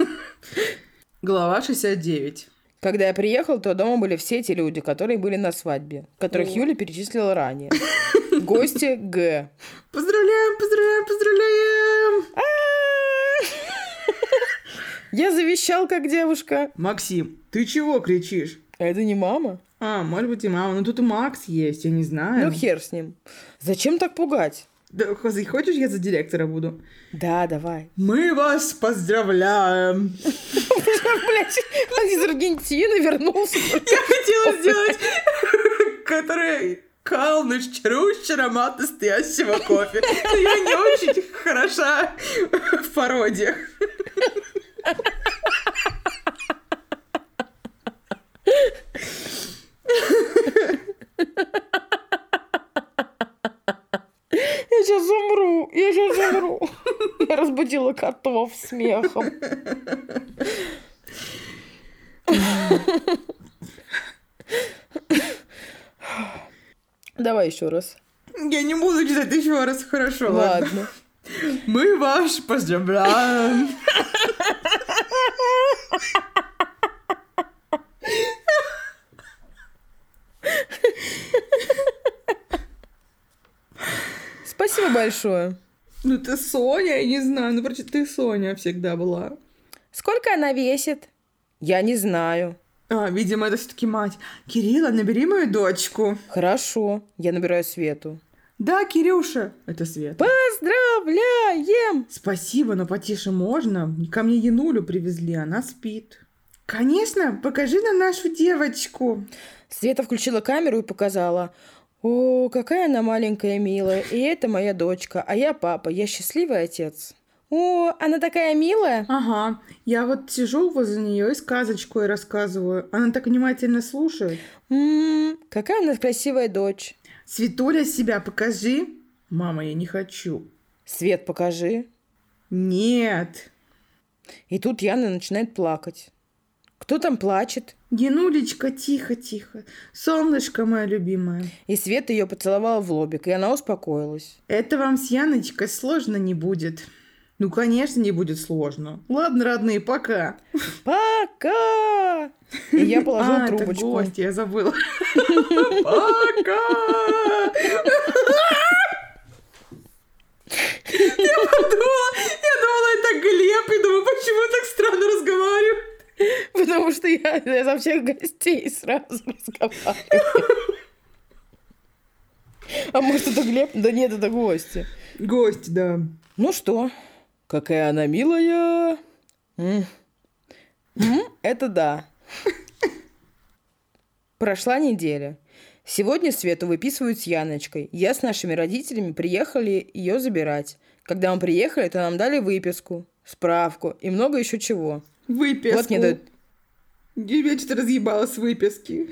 [SPEAKER 1] Глава 69.
[SPEAKER 2] Когда я приехал, то дома были все те люди, которые были на свадьбе, которых
[SPEAKER 1] О.
[SPEAKER 2] Юля перечислила ранее. Гости Г.
[SPEAKER 1] Поздравляем, поздравляем, поздравляем!
[SPEAKER 2] Я завещал, как девушка.
[SPEAKER 1] Максим, ты чего кричишь?
[SPEAKER 2] А это не мама?
[SPEAKER 1] А, может быть и мама, но тут и Макс есть, я не знаю.
[SPEAKER 2] Ну, хер с ним. Зачем так пугать?
[SPEAKER 1] Да, хз, хочешь, я за директора буду?
[SPEAKER 2] Да, давай.
[SPEAKER 1] Мы вас поздравляем!
[SPEAKER 2] Блядь, он из Аргентины вернулся.
[SPEAKER 1] Я хотела сделать, который калныш чарущий аромат настоящего кофе. Но я не очень хороша в пародиях.
[SPEAKER 2] Я сейчас умру, я сейчас умру. Я разбудила котов смехом. Давай еще раз.
[SPEAKER 1] Я не буду читать еще раз, хорошо, ладно.
[SPEAKER 2] Ладно.
[SPEAKER 1] Мы вас поздравляем.
[SPEAKER 2] Спасибо большое.
[SPEAKER 1] Ну ты Соня, я не знаю, ну короче, ты Соня всегда была.
[SPEAKER 2] Сколько она весит? Я не знаю.
[SPEAKER 1] А, видимо, это все-таки мать. Кирилла, набери мою дочку.
[SPEAKER 2] Хорошо, я набираю Свету.
[SPEAKER 1] Да, Кирюша. Это Свет.
[SPEAKER 2] Поздравляем!
[SPEAKER 1] Спасибо, но потише можно. Ко мне Янулю привезли, она спит. Конечно, покажи нам нашу девочку.
[SPEAKER 2] Света включила камеру и показала. О, какая она маленькая и милая. И это моя дочка, а я папа, я счастливый отец. О, она такая милая.
[SPEAKER 1] Ага, я вот сижу возле нее и сказочку ей рассказываю. Она так внимательно слушает.
[SPEAKER 2] М, М-м, какая она красивая дочь.
[SPEAKER 1] Светуля, себя покажи. Мама, я не хочу.
[SPEAKER 2] Свет, покажи.
[SPEAKER 1] Нет.
[SPEAKER 2] И тут Яна начинает плакать. Кто там плачет?
[SPEAKER 1] Янулечка, тихо-тихо. Солнышко мое любимое.
[SPEAKER 2] И Света ее поцеловала в лобик, и она успокоилась.
[SPEAKER 1] Это вам с Яночкой сложно не будет. Ну, конечно, не будет сложно. Ладно, родные, пока.
[SPEAKER 2] Пока! И я положила
[SPEAKER 1] а,
[SPEAKER 2] трубочку.
[SPEAKER 1] Это гость, я забыла. Пока! Я подумала, я думала, это Глеб, и думаю, почему так странно разговариваю.
[SPEAKER 2] Потому что я, я за всех гостей сразу разговариваю. А может, это Глеб? Да нет, это гости.
[SPEAKER 1] Гость, да.
[SPEAKER 2] Ну что? Какая она милая. М. М, Это да. Прошла неделя. Сегодня Свету выписывают с Яночкой. Я с нашими родителями приехали ее забирать. Когда мы приехали, то нам дали выписку, справку и много еще чего.
[SPEAKER 1] Выписку.
[SPEAKER 2] Вот мне дают
[SPEAKER 1] Я что-то разъебала с выписки.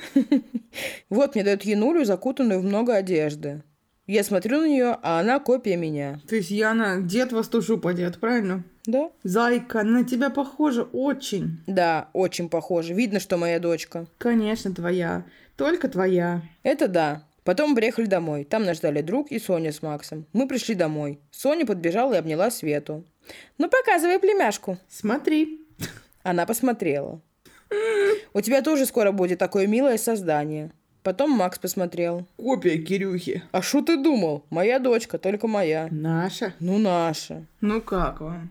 [SPEAKER 2] Вот мне дают Янулю, закутанную в много одежды. Я смотрю на нее, а она копия меня.
[SPEAKER 1] То есть, Яна, дед вас тоже упадет, правильно?
[SPEAKER 2] Да?
[SPEAKER 1] Зайка, на тебя похоже очень.
[SPEAKER 2] Да, очень похоже. Видно, что моя дочка.
[SPEAKER 1] Конечно, твоя. Только твоя.
[SPEAKER 2] Это да. Потом мы приехали домой. Там нас ждали друг и Соня с Максом. Мы пришли домой. Соня подбежала и обняла Свету. Ну, показывай племяшку.
[SPEAKER 1] Смотри.
[SPEAKER 2] Она посмотрела. У тебя тоже скоро будет такое милое создание. Потом Макс посмотрел.
[SPEAKER 1] Копия Кирюхи.
[SPEAKER 2] А что ты думал? Моя дочка, только моя.
[SPEAKER 1] Наша.
[SPEAKER 2] Ну, наша.
[SPEAKER 1] Ну как вам?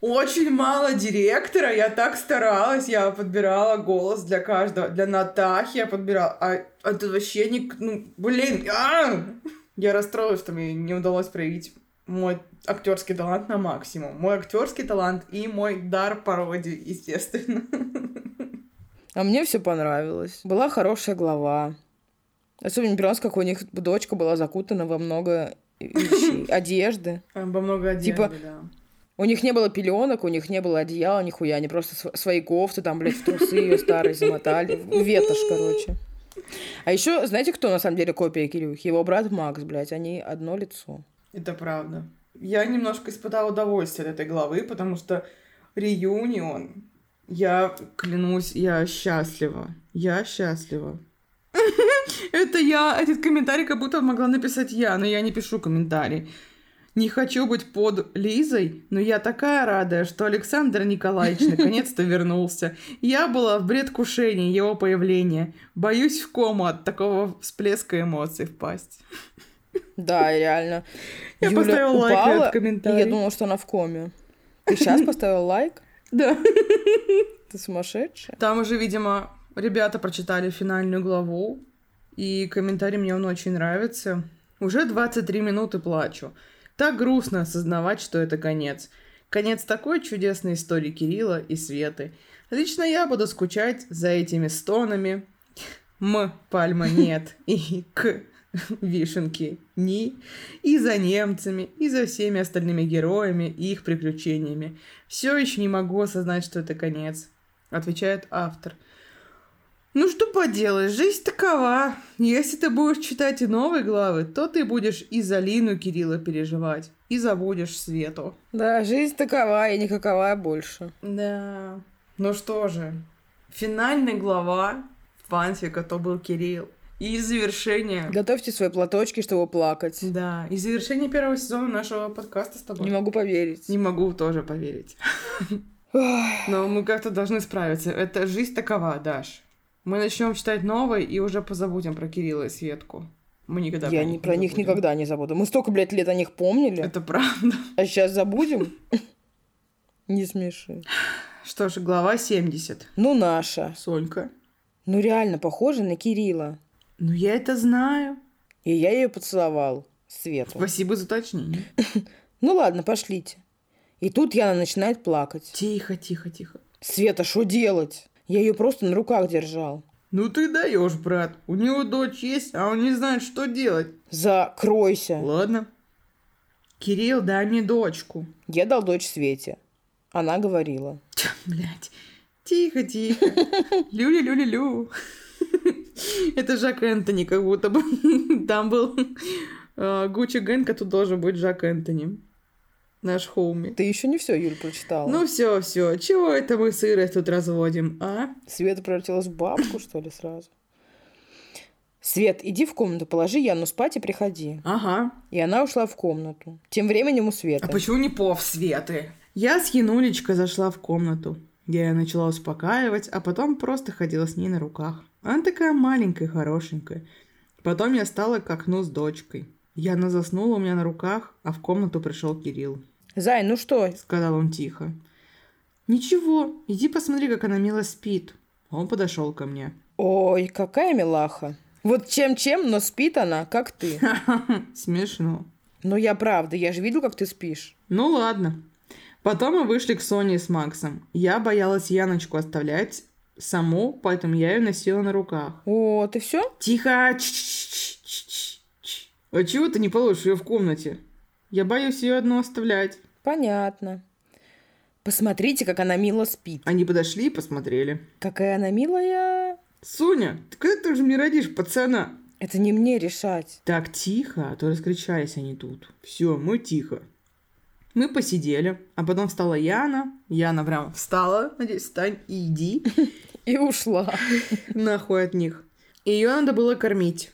[SPEAKER 1] Очень мало директора, я так старалась, я подбирала голос для каждого, для Натахи я подбирала, а, а тут вообще не, ну, блин, а! Я расстроилась, что мне не удалось проявить мой актерский талант на максимум. Мой актерский талант и мой дар пародии, естественно.
[SPEAKER 2] А мне все понравилось. Была хорошая глава. Особенно не понравилось, как у них дочка была закутана во много вещей, одежды.
[SPEAKER 1] Во много одежды,
[SPEAKER 2] Типа,
[SPEAKER 1] да.
[SPEAKER 2] У них не было пеленок, у них не было одеяла, нихуя. Они просто св- свои кофты там, блядь, в трусы ее старые замотали. в Ветошь, короче. А еще, знаете, кто на самом деле копия Кирюхи? Его брат Макс, блядь, они одно лицо.
[SPEAKER 1] Это правда. Я немножко испытала удовольствие от этой главы, потому что реюнион. Я клянусь, я счастлива. Я счастлива. Это я, этот комментарий как будто могла написать я, но я не пишу комментарий. Не хочу быть под Лизой, но я такая радая, что Александр Николаевич наконец-то вернулся. Я была в предвкушении его появления. Боюсь в кому от такого всплеска эмоций впасть.
[SPEAKER 2] Да, реально.
[SPEAKER 1] Я
[SPEAKER 2] Юля
[SPEAKER 1] поставила лайк на
[SPEAKER 2] упала,
[SPEAKER 1] этот комментарий.
[SPEAKER 2] и я думала, что она в коме. Ты сейчас поставил лайк?
[SPEAKER 1] Да.
[SPEAKER 2] Ты сумасшедшая?
[SPEAKER 1] Там уже, видимо, ребята прочитали финальную главу, и комментарий мне он очень нравится. Уже 23 минуты плачу. Так грустно осознавать, что это конец. Конец такой чудесной истории Кирилла и Светы. Лично я буду скучать за этими стонами. М. Пальма нет. И К. Вишенки. Ни. И за немцами, и за всеми остальными героями и их приключениями. Все еще не могу осознать, что это конец отвечает автор. Ну что поделаешь, жизнь такова. Если ты будешь читать и новые главы, то ты будешь и за Лину Кирилла переживать, и забудешь Свету.
[SPEAKER 2] Да, жизнь такова и никакова больше.
[SPEAKER 1] Да. Ну что же, финальная глава фанфика то был Кирилл. И завершение.
[SPEAKER 2] Готовьте свои платочки, чтобы плакать.
[SPEAKER 1] Да, и завершение первого сезона нашего подкаста с тобой.
[SPEAKER 2] Не могу поверить.
[SPEAKER 1] Не могу тоже поверить.
[SPEAKER 2] Ах,
[SPEAKER 1] Но мы как-то должны справиться. Это жизнь такова, Даш. Мы начнем читать новые и уже позабудем про Кирилла и Светку. Мы никогда
[SPEAKER 2] Я не, про них
[SPEAKER 1] забудем.
[SPEAKER 2] никогда не забуду. Мы столько, блядь, лет о них помнили,
[SPEAKER 1] Это правда.
[SPEAKER 2] а сейчас забудем? Не смеши.
[SPEAKER 1] Что ж, глава 70.
[SPEAKER 2] Ну, наша.
[SPEAKER 1] Сонька.
[SPEAKER 2] Ну, реально похожа на Кирилла.
[SPEAKER 1] Ну, я это знаю.
[SPEAKER 2] И я ее поцеловал, Свету.
[SPEAKER 1] Спасибо за уточнение.
[SPEAKER 2] Ну, ладно, пошлите. И тут Яна начинает плакать.
[SPEAKER 1] Тихо, тихо, тихо.
[SPEAKER 2] Света, что делать? Я ее просто на руках держал.
[SPEAKER 1] Ну ты даешь, брат. У него дочь есть, а он не знает, что делать.
[SPEAKER 2] Закройся.
[SPEAKER 1] Ладно. Кирилл, дай мне дочку.
[SPEAKER 2] Я дал дочь Свете. Она говорила.
[SPEAKER 1] Тьф, Блядь. Тихо, тихо. Люля, люля, лю. Это Жак Энтони, как будто бы. Там был э, Гуччи Гэнка, тут должен быть Жак Энтони. Наш хоуми.
[SPEAKER 2] Ты еще не все, Юль, прочитала.
[SPEAKER 1] Ну все, все. Чего это мы сырость тут разводим, а?
[SPEAKER 2] Света превратилась в бабку, что ли, сразу? Свет, иди в комнату, положи Яну спать и приходи.
[SPEAKER 1] Ага.
[SPEAKER 2] И она ушла в комнату. Тем временем у Светы.
[SPEAKER 1] А почему не пов Светы? Я с Янулечкой зашла в комнату. Я ее начала успокаивать, а потом просто ходила с ней на руках. Она такая маленькая, хорошенькая. Потом я стала к окну с дочкой. Яна заснула у меня на руках, а в комнату пришел Кирилл.
[SPEAKER 2] Зай, ну что?
[SPEAKER 1] Сказал он тихо. «Ничего, иди посмотри, как она мило спит». Он подошел ко мне.
[SPEAKER 2] Ой, какая милаха. Вот чем-чем, но спит она, как ты.
[SPEAKER 1] Смешно.
[SPEAKER 2] Но я правда, я же видел, как ты спишь.
[SPEAKER 1] Ну ладно. Потом мы вышли к Соне с Максом. Я боялась Яночку оставлять саму, поэтому я ее носила на руках.
[SPEAKER 2] О, ты все?
[SPEAKER 1] Тихо! Ч-ч-ч-ч-ч-ч. А чего ты не положишь ее в комнате? Я боюсь ее одну оставлять.
[SPEAKER 2] Понятно. Посмотрите, как она мило спит.
[SPEAKER 1] Они подошли и посмотрели.
[SPEAKER 2] Какая она милая.
[SPEAKER 1] Соня, ты когда ты уже мне родишь, пацана?
[SPEAKER 2] Это не мне решать.
[SPEAKER 1] Так тихо, а то раскричались они тут. Все, мы тихо. Мы посидели, а потом встала Яна. Яна прям встала, надеюсь, встань и иди.
[SPEAKER 2] И ушла.
[SPEAKER 1] нахуй от них. Ее надо было кормить.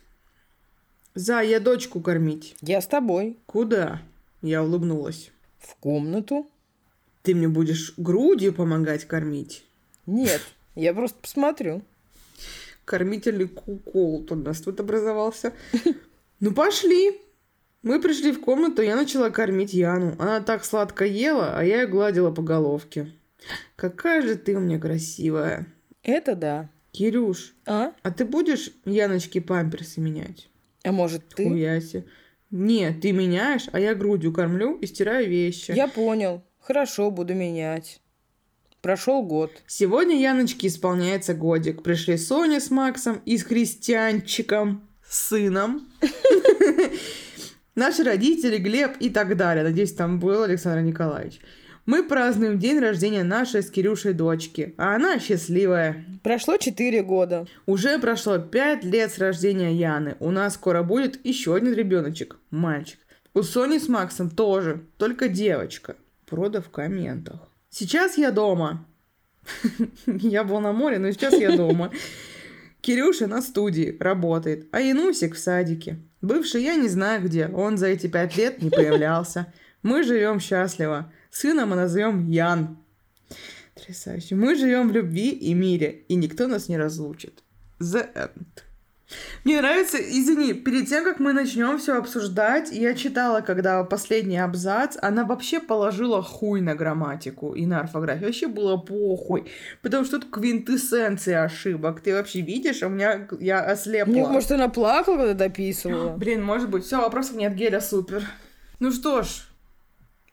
[SPEAKER 1] За, я дочку кормить.
[SPEAKER 2] Я с тобой.
[SPEAKER 1] Куда? Я улыбнулась.
[SPEAKER 2] В комнату.
[SPEAKER 1] Ты мне будешь грудью помогать кормить?
[SPEAKER 2] Нет, я просто посмотрю.
[SPEAKER 1] Кормительный кукол тут у нас тут образовался. Ну, пошли. Мы пришли в комнату, я начала кормить Яну. Она так сладко ела, а я ее гладила по головке. Какая же ты у меня красивая.
[SPEAKER 2] Это да.
[SPEAKER 1] Кирюш,
[SPEAKER 2] А?
[SPEAKER 1] а ты будешь Яночке памперсы менять?
[SPEAKER 2] А может ты?
[SPEAKER 1] Хуяси. Нет, ты меняешь, а я грудью кормлю и стираю вещи.
[SPEAKER 2] Я понял. Хорошо, буду менять. Прошел год.
[SPEAKER 1] Сегодня Яночке исполняется годик. Пришли Соня с Максом и с Христианчиком, сыном. Наши родители, Глеб и так далее. Надеюсь, там был Александр Николаевич. Мы празднуем день рождения нашей с Кирюшей дочки, а она счастливая.
[SPEAKER 2] Прошло 4 года.
[SPEAKER 1] Уже прошло 5 лет с рождения Яны. У нас скоро будет еще один ребеночек, мальчик. У Сони с Максом тоже, только девочка. Прода в комментах. Сейчас я дома. Я был на море, но сейчас я дома. Кирюша на студии работает, а Янусик в садике. Бывший я не знаю где, он за эти пять лет не появлялся. Мы живем счастливо. Сына мы назовем Ян. Потрясающе. Мы живем в любви и мире, и никто нас не разлучит. The end. Мне нравится, извини, перед тем, как мы начнем все обсуждать, я читала, когда последний абзац, она вообще положила хуй на грамматику и на орфографию. Вообще было похуй. Потому что тут квинтэссенция ошибок. Ты вообще видишь, а у меня я ослепла.
[SPEAKER 2] Ну, может, она плакала, когда дописывала?
[SPEAKER 1] Блин, может быть. Все, вопросов нет, Геля супер. Ну что ж,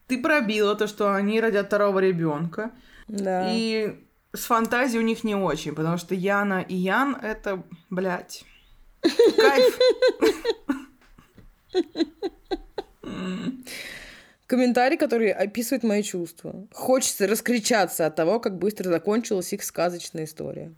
[SPEAKER 1] ты пробила то, что они родят второго ребенка.
[SPEAKER 2] Да.
[SPEAKER 1] И с фантазией у них не очень, потому что Яна и Ян это, блядь, кайф.
[SPEAKER 2] Комментарий, который описывает мои чувства. Хочется раскричаться от того, как быстро закончилась их сказочная история.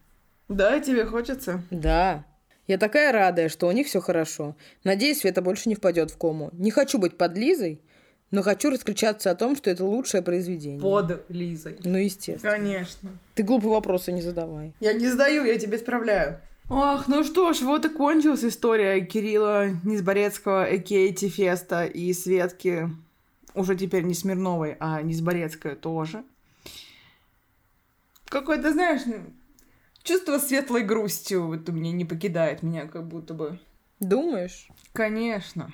[SPEAKER 1] Да, тебе хочется?
[SPEAKER 2] Да. Я такая радая, что у них все хорошо. Надеюсь, Света больше не впадет в кому. Не хочу быть под Лизой, но хочу раскричаться о том, что это лучшее произведение.
[SPEAKER 1] Под Лизой.
[SPEAKER 2] Ну, естественно.
[SPEAKER 1] Конечно.
[SPEAKER 2] Ты глупые вопросы не задавай.
[SPEAKER 1] Я не сдаю, я тебе справляю. Ах, ну что ж, вот и кончилась история Кирилла Низборецкого, Экейти Феста и Светки, уже теперь не Смирновой, а Низборецкая тоже. Какое-то, знаешь, чувство светлой грустью вот у меня не покидает меня как будто бы.
[SPEAKER 2] Думаешь?
[SPEAKER 1] Конечно.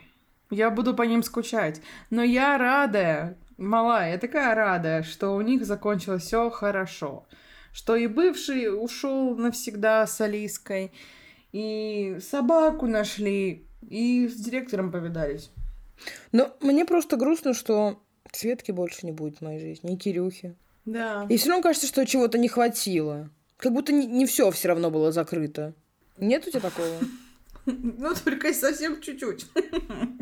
[SPEAKER 1] Я буду по ним скучать. Но я рада, малая, я такая рада, что у них закончилось все хорошо. Что и бывший ушел навсегда с Алиской, и собаку нашли, и с директором повидались.
[SPEAKER 2] Но мне просто грустно, что Светки больше не будет в моей жизни, и Кирюхи.
[SPEAKER 1] Да.
[SPEAKER 2] И все равно кажется, что чего-то не хватило. Как будто не, все все равно было закрыто. Нет у тебя такого?
[SPEAKER 1] Ну, только совсем чуть-чуть.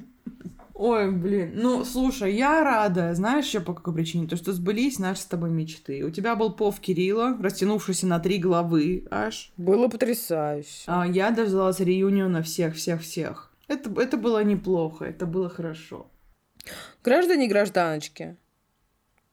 [SPEAKER 1] Ой, блин, ну слушай, я рада, знаешь, еще по какой причине? То, что сбылись наши с тобой мечты. У тебя был пов Кирилла, растянувшийся на три главы аж.
[SPEAKER 2] Было потрясающе.
[SPEAKER 1] А я дождалась реюниона всех-всех-всех. Это, это было неплохо, это было хорошо.
[SPEAKER 2] Граждане и гражданочки,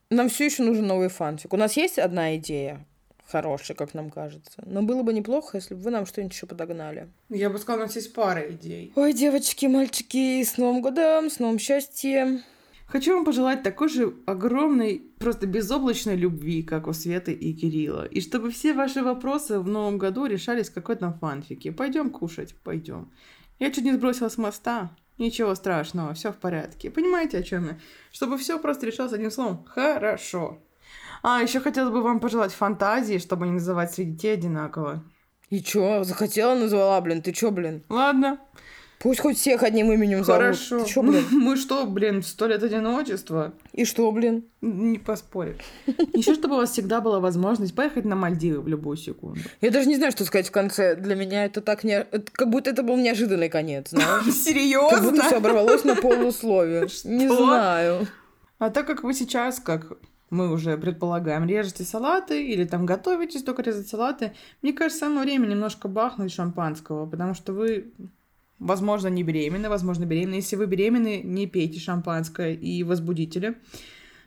[SPEAKER 2] нам все еще нужен новый фанфик. У нас есть одна идея, хорошая, как нам кажется. Но было бы неплохо, если бы вы нам что-нибудь еще подогнали.
[SPEAKER 1] Я бы сказала, у нас есть пара идей.
[SPEAKER 2] Ой, девочки, мальчики, с Новым годом, с новым счастьем.
[SPEAKER 1] Хочу вам пожелать такой же огромной, просто безоблачной любви, как у Светы и Кирилла. И чтобы все ваши вопросы в новом году решались в какой-то фанфике. Пойдем кушать, пойдем. Я чуть не сбросила с моста. Ничего страшного, все в порядке. Понимаете, о чем я? Чтобы все просто решалось одним словом. Хорошо. А, еще хотела бы вам пожелать фантазии, чтобы не называть среди детей одинаково.
[SPEAKER 2] И чё, захотела, назвала, блин, ты чё, блин?
[SPEAKER 1] Ладно,
[SPEAKER 2] Пусть хоть всех одним именем зовут.
[SPEAKER 1] хорошо.
[SPEAKER 2] Ты чё, блин?
[SPEAKER 1] Мы что, блин, сто лет одиночества?
[SPEAKER 2] И что, блин?
[SPEAKER 1] Не поспоришь. Еще чтобы у вас всегда была возможность поехать на Мальдивы в любую секунду.
[SPEAKER 2] Я даже не знаю, что сказать в конце. Для меня это так не... это как будто это был неожиданный конец, знаешь? Как будто все
[SPEAKER 1] Серьезно?
[SPEAKER 2] оборвалось на полусловие. Не
[SPEAKER 1] Что?
[SPEAKER 2] знаю.
[SPEAKER 1] А так как вы сейчас, как мы уже предполагаем, режете салаты или там готовитесь только резать салаты, мне кажется, самое время немножко бахнуть шампанского, потому что вы, возможно, не беременны, возможно, беременны. Если вы беременны, не пейте шампанское и возбудители.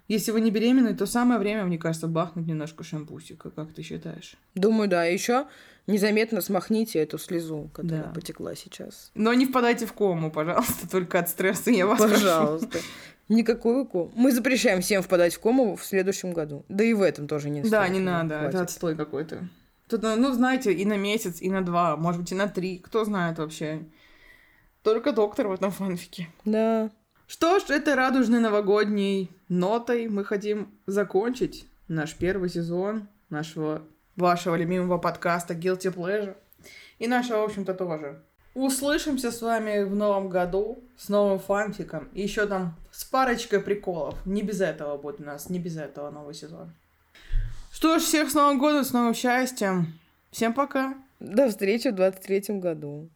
[SPEAKER 1] Если вы не беременны, то самое время, мне кажется, бахнуть немножко шампусика, как ты считаешь?
[SPEAKER 2] Думаю, да. Еще незаметно смахните эту слезу, которая
[SPEAKER 1] Да.
[SPEAKER 2] потекла сейчас.
[SPEAKER 1] Но не впадайте в кому, пожалуйста, только от стресса я вас прошу.
[SPEAKER 2] Пожалуйста. Никакую кому. Мы запрещаем всем впадать в кому в следующем году. Да и в этом тоже не
[SPEAKER 1] Да,
[SPEAKER 2] стоит.
[SPEAKER 1] не надо, это
[SPEAKER 2] Хватит.
[SPEAKER 1] отстой какой-то. Тут, ну, ну, знаете, и на месяц, и на два, может быть, и на три, кто знает вообще. Только доктор в этом фанфике.
[SPEAKER 2] Да.
[SPEAKER 1] Что ж, этой радужной новогодней нотой мы хотим закончить наш первый сезон нашего вашего любимого подкаста Guilty Pleasure и нашего, в общем-то, тоже. Услышимся с вами в новом году с новым фанфиком. И еще там с парочкой приколов. Не без этого будет у нас, не без этого новый сезон. Что ж, всех с Новым годом, с новым счастьем. Всем пока.
[SPEAKER 2] До встречи в 23-м году.